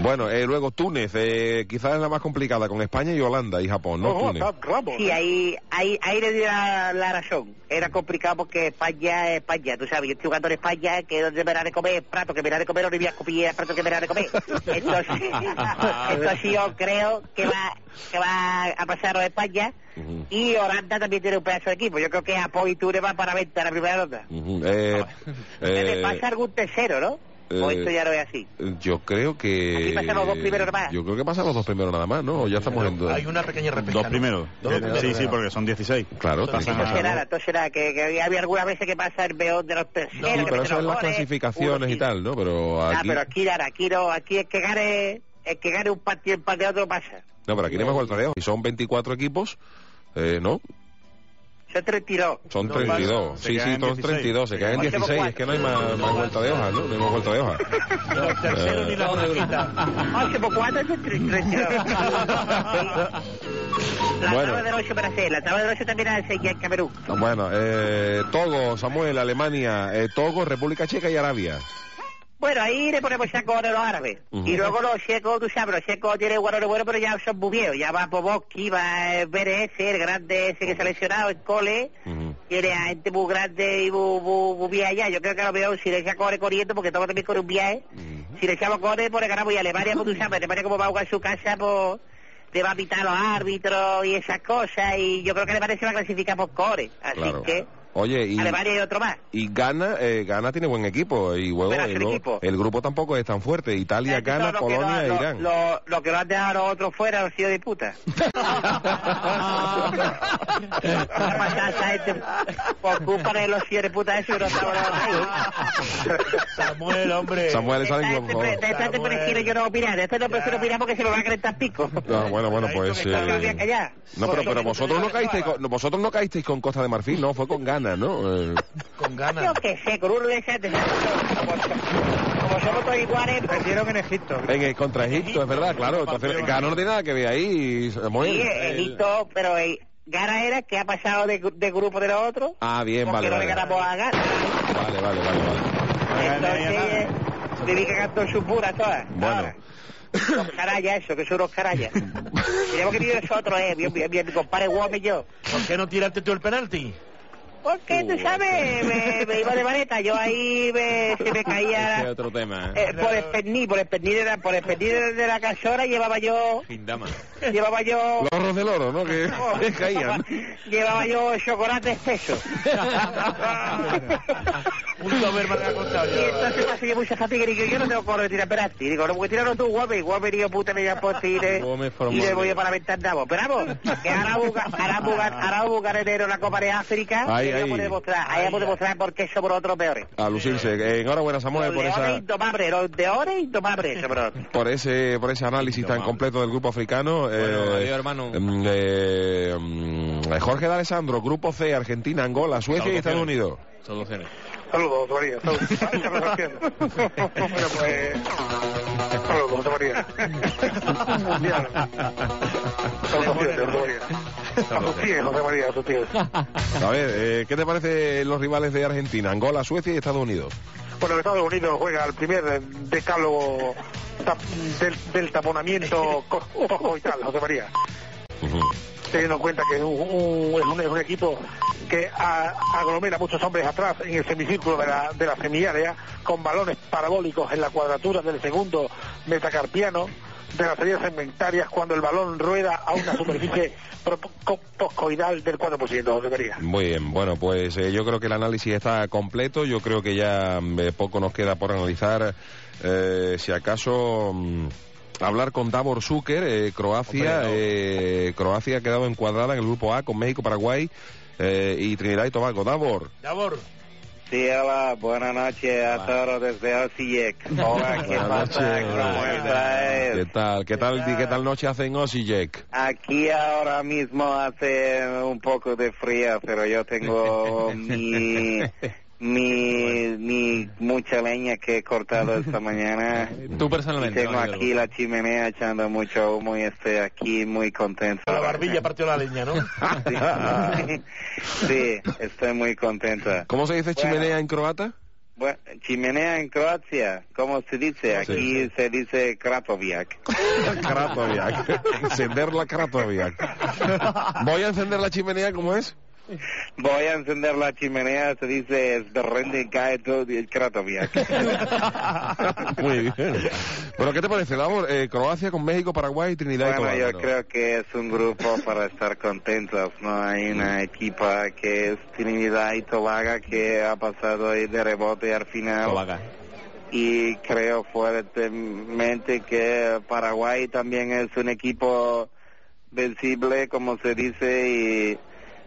bueno, eh, luego Túnez, eh, quizás es la más complicada con España y Holanda y Japón, ¿no?
Ojo,
Túnez.
está Ramos.
Sí, *laughs* ahí, ahí, ahí le di la, la razón. Era complicado porque España es España. Tú sabes, yo estoy jugando en España, que donde me da de comer, plato que me da de comer, no me voy a comer, plato que me da
*laughs*
de comer. Entonces, entonces yo creo que va, que va a pasar a España.
Ujú.
Y Holanda también tiene un pedazo de equipo. Yo creo que Japón y Túnez van para venta en la primera ronda.
Ujú, eh,
Se le
eh,
pasa algún tercero, ¿no? o
eh,
esto ya no es así.
Yo creo que.
Aquí pasan los dos primeros nada más.
Yo creo que pasan los dos primeros nada más, ¿no? Ya estamos en.
Hay una pequeña repesca.
Dos
¿no?
primeros.
Dos
Eh,
primeros.
Sí, sí, porque son 16.
Claro,
Pasan
tiene que
Ah,
Entonces
pasar.
nada, entonces nada, que, que había algunas veces que pasa el peor de los terceros.
Sí,
que
pero
meten
eso
los
es las
goles,
clasificaciones
uno,
y
sí.
tal, ¿no? Pero
Ah,
aquí.
pero aquí, Lara, aquí no, aquí el que gane, el que gane un partido empate a otro pasa.
No, pero aquí no me golpeo. Y son 24 equipos, eh, ¿no?
Son 32.
Son
No,
32.
se
Sí,
quedan
sí,
en
son
16.
32. Se quedan en
Hacemos
16. Es
cuatro.
que no hay más, más vuelta de hoja, ¿no? No hay más vuelta de hoja.
Los terceros ni la rosquita.
8 por 4 son 32.
*laughs*
La
Bueno.
tabla del 8 para hacer, la tabla del 8 también hace ya en Camerún.
Bueno, eh, Togo, Samuel, Alemania, eh, Togo, República Checa y Arabia.
Bueno, ahí le ponemos saco a los árabes.
Ujú.
Y luego los checos, tú sabes, los checos tienen jugadores buenos, pero ya son muy viejos. Ya va Poboski, va eh, BRS, el grande ese que se ha lesionado, el cole.
Ujú.
Tiene a gente muy grande y muy, muy, muy vieja ya. Yo creo que a lo mejor si le echa corre corriendo, porque estamos también con un viaje, si le echamos corre, pues le ganamos. Y Alemania, pues tú sabes, Alemania como va a jugar en su casa, pues le va a pitar a los árbitros y esas cosas. Y yo creo que Alemania se va a clasificar por core. Así
Claro.
que
Oye, y.
Alemania y otro más.
Y Ghana, eh, Ghana tiene buen equipo y luego
Buenas,
el,
el
gru-
equipo.
el grupo tampoco es tan fuerte. Italia,
Eso es
Ghana,
lo que
Polonia e
lo,
Irán.
Lo, lo- lo que lo han dejado a los otros fuera han sido
*laughs*
de puta. Va a pasar esa gente por culpa de Pues los siete putas esos no estaban ahí.
Samuel, hombre.
Samuel,
Esta
sal en
gente
grupo, por
pre-
favor.
esta gente
Samuel.
prefiero yo no opinar, Este de esto no prefiero opinar porque se me va a calentar pico.
No, bueno, bueno, pues...
No me voy
eh,
a callar.
no, pero, pero vosotros no caísteis con, no, vosotros no caísteis con Costa de Marfil, no, fue con Ghana, ¿no? Eh,
Con ganas.
Yo que sé, con un lesete. Como so- como somos todos iguales, pues, prefiero que
en el contra Egipto, es verdad, claro. Entonces, Ghana no tiene nada que ver ahí, Samuel.
Sí, Egipto, pero eh, Gara era que ha pasado de, gru- de grupo de los otros.
Ah, bien, vale,
porque no
vale.
le ganamos pues, a Gara.
Vale, vale, vale, vale.
Entonces, eh, viví cagando en sus puras todas.
Bueno.
Ahora, Los carayas, eso, que son los carayas. Tenemos que vivir nosotros, eh, mi, mi, mi, mi compadre Wom y yo.
¿Por qué no tiraste tú el penalti?
Porque tú sabes, me, me iba de vareta, yo ahí me, se
*laughs*
me
Ese es
caía
otro tema. ¿eh?
eh, por el pernil, por el pernil de la, por el pernil de, de la casora llevaba yo,
Gindama.
llevaba yo, Oh,
Los horros del oro, ¿no?
*laughs*
Que, que *laughs* caían.
llevaba yo
*laughs*
chocolate espeso.
Un Doberman ha contado.
Y entonces pasa que mucha gente que dice, yo no tengo corro de tirar penalti. Y digo, no, porque tiraron tú, guape, guape, digo, puta, me llamas poste y le,
Gómez formó-
eh". y le voy a para la ventana. vos. Pero vamos, que ahora busca, ahora busca, ahora busca en enero la Copa de África,
Ahí,
y ahí
ahí.
vamos a demostrar, ahí vamos a demostrar por qué somos nosotros peores.
A lucirse. Eh, Enhorabuena, Samuel,
Los
por esa...
leones indomables, los leones indomables somos nosotros.
por ese por ese análisis tan
Indomable.
completo del grupo africano. eh,
adiós, hermano.
*laughs*
mm, eh, mm, Jorge de Alessandro, Grupo C, Argentina, Angola, Suecia y Estados Unidos.
Soluciones.
Saludos, María. Saludos. Bueno, pues,
Hasta luego, José María. Mundial. A sus pies, José María. A sus pies, José María, a sus pies.
A ver, eh, ¿qué te parece los rivales de Argentina? Angola, Suecia y Estados Unidos.
Bueno, Estados Unidos juega el primer decálogo tap- del, del taponamiento co- cojo y tal, José María. Teniendo en cuenta que es un, un- es un- es un equipo que a- aglomera muchos hombres atrás en el semicírculo de la, de la semiárea, con balones parabólicos en la cuadratura del segundo metacarpiano de las salidas segmentarias cuando el balón rueda a una superficie pro- co- poscoidal del 4%, José María.
Muy bien, bueno, pues eh, yo creo que el análisis está completo. Yo creo que ya mm, eh, poco nos queda por analizar. eh, si acaso. mm, Hablar con Davor Zucker, eh, Croacia. eh, Croacia ha quedado encuadrada en el grupo A con México, Paraguay eh, y Trinidad y Tobago. Davor.
Davor.
Sí, hola, buenas noches a todos desde
*laughs*
OCIEC. Hola, ¿qué
Buenas
pasa?
noches.
¿Cómo estáis?
¿Qué tal? ¿Qué tal, ¿Qué tal noche hacen Ossi Jack?
Aquí ahora mismo hace un poco de frío, pero
*laughs*
yo tengo mi, mi, mi mucha leña que he cortado
*laughs*
esta mañana.
Tú
Y
personalmente.
tengo
Manuel.
aquí la chimenea echando mucho humo y estoy aquí muy contento.
La barbilla partió la leña, ¿no?
*laughs*
*laughs*
Sí, Sí, estoy muy contento.
¿Cómo se dice
Bueno.
chimenea en croata?
Bueno, chimenea en Croacia, ¿cómo se dice? Aquí se dice Kratoviak.
Kratoviak. *laughs* Encender la Kratoviak. Voy a encender la chimenea, ¿cómo es?
Voy a encender la chimenea, se dice Sberrende Gaeto
*laughs*
de Kratoviak.
*laughs* Muy bien. Bueno, ¿qué te parece, Davor? Eh, Croacia con México, Paraguay, Trinidad
Bueno,
y
yo
Tobago.
creo que es un grupo para estar contentos, ¿no?
Mm.
Hay una equipa que es Trinidad y Tobago que ha pasado ahí de rebote al final.
Tobago.
Y creo fuertemente que Paraguay también es un equipo vencible, como se dice,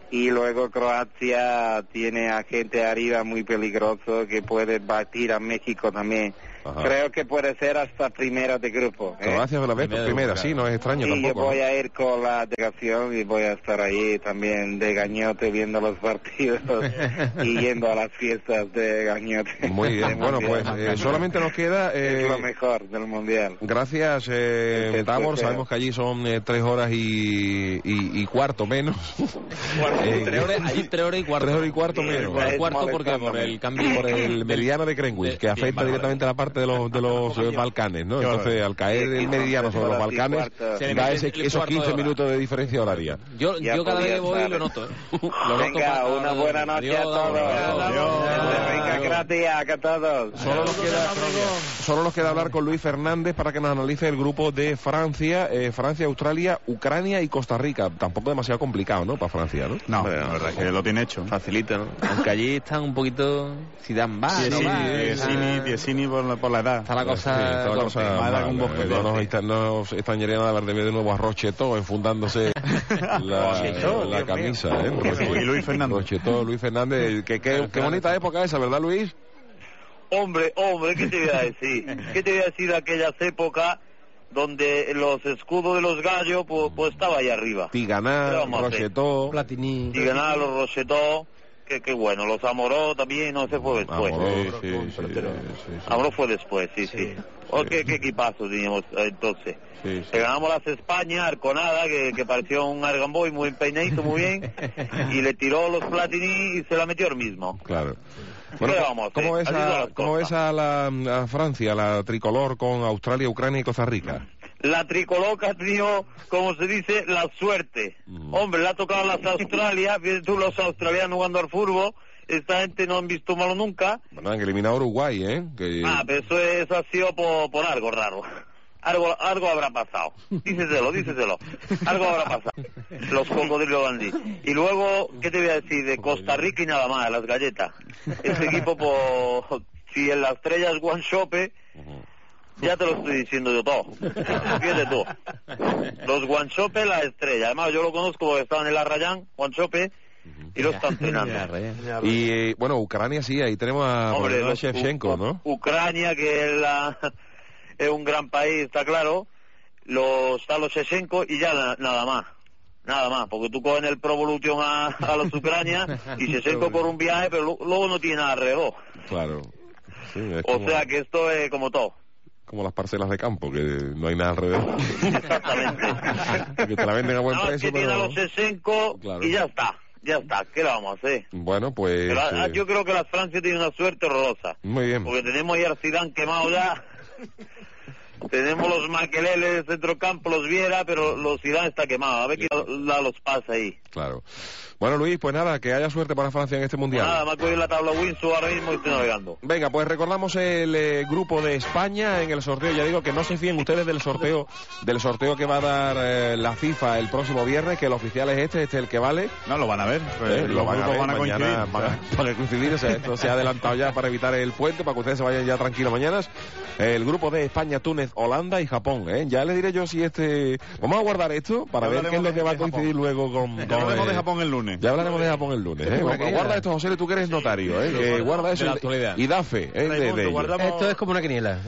y, y luego Croacia tiene a gente arriba muy peligroso que puede batir a México también.
Ajá.
Creo que puede ser hasta primera de grupo. ¿eh?
Croacia de la vez por
Primero,
primera,
claro.
sí, no es extraño
Sí, yo
tampoco.
voy
¿no?
a ir con la delegación y voy a estar ahí también de gañote viendo
*laughs*
los partidos y yendo a las fiestas de gañote.
Muy
Del *laughs*
bien, bueno, pues
Mundial.
eh, solamente nos queda... eh,
es lo mejor del mundial.
Gracias, eh,
Perfecto,
Davor.
claro.
Sabemos que allí son eh, tres horas y, y- y cuarto menos. *laughs* Eh,
Tres horas, allí tres horas y cuarto.
Tres horas y cuarto
Sí,
menos.
es
cuarto porque por el cambio
por el meridiano de Greenwich,
de-
que
bien,
afecta
vale,
directamente a la parte de los, de los eh, Balcanes, ¿no? Entonces, al caer el meridiano sobre los
Horas y
Balcanes,
cuarto.
Se le
da
mete
ese-
el
esos
cuarto de
15
hora.
minutos de diferencia horaria.
Yo,
Ya
yo cada vez que
podía
voy
estar.
lo
*laughs*
noto. ¿eh? Lo noto
Venga,
para-
una buena noche a
Adiós,
todos.
adiós.
Venga, gracias a todos.
Solo nos, queda, solo nos queda hablar con Luis Fernández para que nos analice el grupo de Francia, eh, Francia, Australia, Ucrania y Costa Rica. Tampoco demasiado complicado, ¿no? Para Francia, ¿no?
No, la verdad es que lo tiene hecho.
Facilita, ¿no? Aunque allí están un poquito. Si dan va, no
Diecini,
va,
eh,
Diecini,
está-
Diecini por la, por la edad.
Está la cosa.
Sí, está la
corta.
cosa
más
mala,
da que un
eh,
bosque
no nos,
corto.
está- nos están llegando a ver de de nuevo a
*laughs*
Rochetó enfundándose la,
Rochetó,
la
Dios
camisa.
mío.
¿eh?
Y Luis- y Luis Fernández.
Rochetó, Luis Fernández. Qué, qué- qué bonita época esa, ¿verdad, Luis?
Hombre, hombre, ¿qué te voy a decir? *laughs* ¿Qué te voy a decir de aquellas épocas donde los escudos de los gallos pues, pues estaba ahí arriba? ¿Qué
Tiganá,
vamos a hacer?
Rochetó.
Platini.
Y ganar los Rosetó, que, que bueno, los Amoró también, no se fue después.
Amoró,
Amoró,
Ah, sí, sí, sí, sí, sí.
fue después, sí, sí. O qué, qué equipazo teníamos eh, entonces.
Sí,
Le ganamos las España, Arconada, que, que pareció un Argamboy muy empeinadito, muy bien, y le tiró los Platini y se la metió él mismo.
Claro.
¿Qué vamos a hacer?
¿cómo, ves
Así son
a,
las
cómo
cosas.
ves a la a Francia, la tricolor con Australia, Ucrania y Costa Rica?
la tricoloca ha tenido, como se dice, la suerte. Hombre, le ha tocado a las Australias, fíjate tú los australianos jugando al fútbol, esta gente no han visto malo nunca.
Bueno, han eliminado a Uruguay, ¿eh? Que-
Ah, pero eso, es- eso ha sido por, por algo raro. Algo, algo habrá pasado. Díceselo, díceselo. Algo habrá pasado. Los cocodrilos Gandhi. Y luego, ¿qué te voy a decir? De Costa Rica y nada más, las galletas. Este equipo, por, si en las estrellas One Shope, ya te lo estoy diciendo
*laughs*
yo todo. Fíjate tú. Los Guanchope, la estrella. Además, yo lo conozco porque estaban en el Arrayán, Guanchope, y lo están trinando.
Y eh, bueno, Ucrania sí, ahí tenemos a,
Hombre, uh,
a
los-
Shevchenko,
U-
¿no?
Ucrania, que es, la- *laughs* es un gran país, está claro. Los, está los Shevchenko y ya na- nada más. Nada más, porque tú coges el Pro Evolution a, a los Ucrania
*laughs*
y Shevchenko por un viaje, pero lu- luego no tiene nada alrededor.
Claro. Sí, es
uh. O
como-
sea que esto es como todo.
como las parcelas de campo, que no hay nada
*laughs*
alrededor.
Exactamente.
que te la venden a buen
Nada más
precio,
que tiene
pero...
los 65
Claro.
y ya está, ya está, ¿qué le vamos a hacer?
Bueno, pues...
Pero, ah,
eh,
Yo creo que la Francia tiene una suerte horrorosa,
Muy bien.
porque tenemos ya al Zidane quemado ya, tenemos los Maqueleles de centrocampo, los Viera, pero los Zidane está quemado, a ver qué la los pasa ahí.
Claro. Bueno, Luis, pues nada, que haya suerte para Francia en este mundial.
Nada, me ha cogido la tabla Winsor ahora mismo y estoy navegando.
Venga, pues recordamos el eh, grupo de España en el sorteo. Ya digo que no se fíen ustedes del sorteo, del sorteo que va a dar eh, la FIFA el próximo viernes, que el oficial es este, este es el que vale.
No, lo van a ver.
Eh,
eh, los grupos van a coincidir.
mañana, van
¿sabes?
a- *laughs* van a coincidir, o sea, esto se ha adelantado ya para evitar el puente, para que ustedes se vayan ya tranquilos mañana. El grupo de España, Túnez, Holanda y Japón. ¿eh? Ya les diré yo si este... Vamos a guardar esto para
Ya
ver qué es lo
hablaremos
que va a
de Japón.
coincidir luego con...
Ya
con,
hablaremos
eh,
de Japón el lunes.
ya hablaremos de Japón el lunes. ¿eh? Guarda- Guarda esto, José, tú que eres notario. ¿eh? Que guarda eso
de la
y-
actualidad.
y da fe. ¿eh? De- de ello.
guardamos-
Esto es como una quiniela.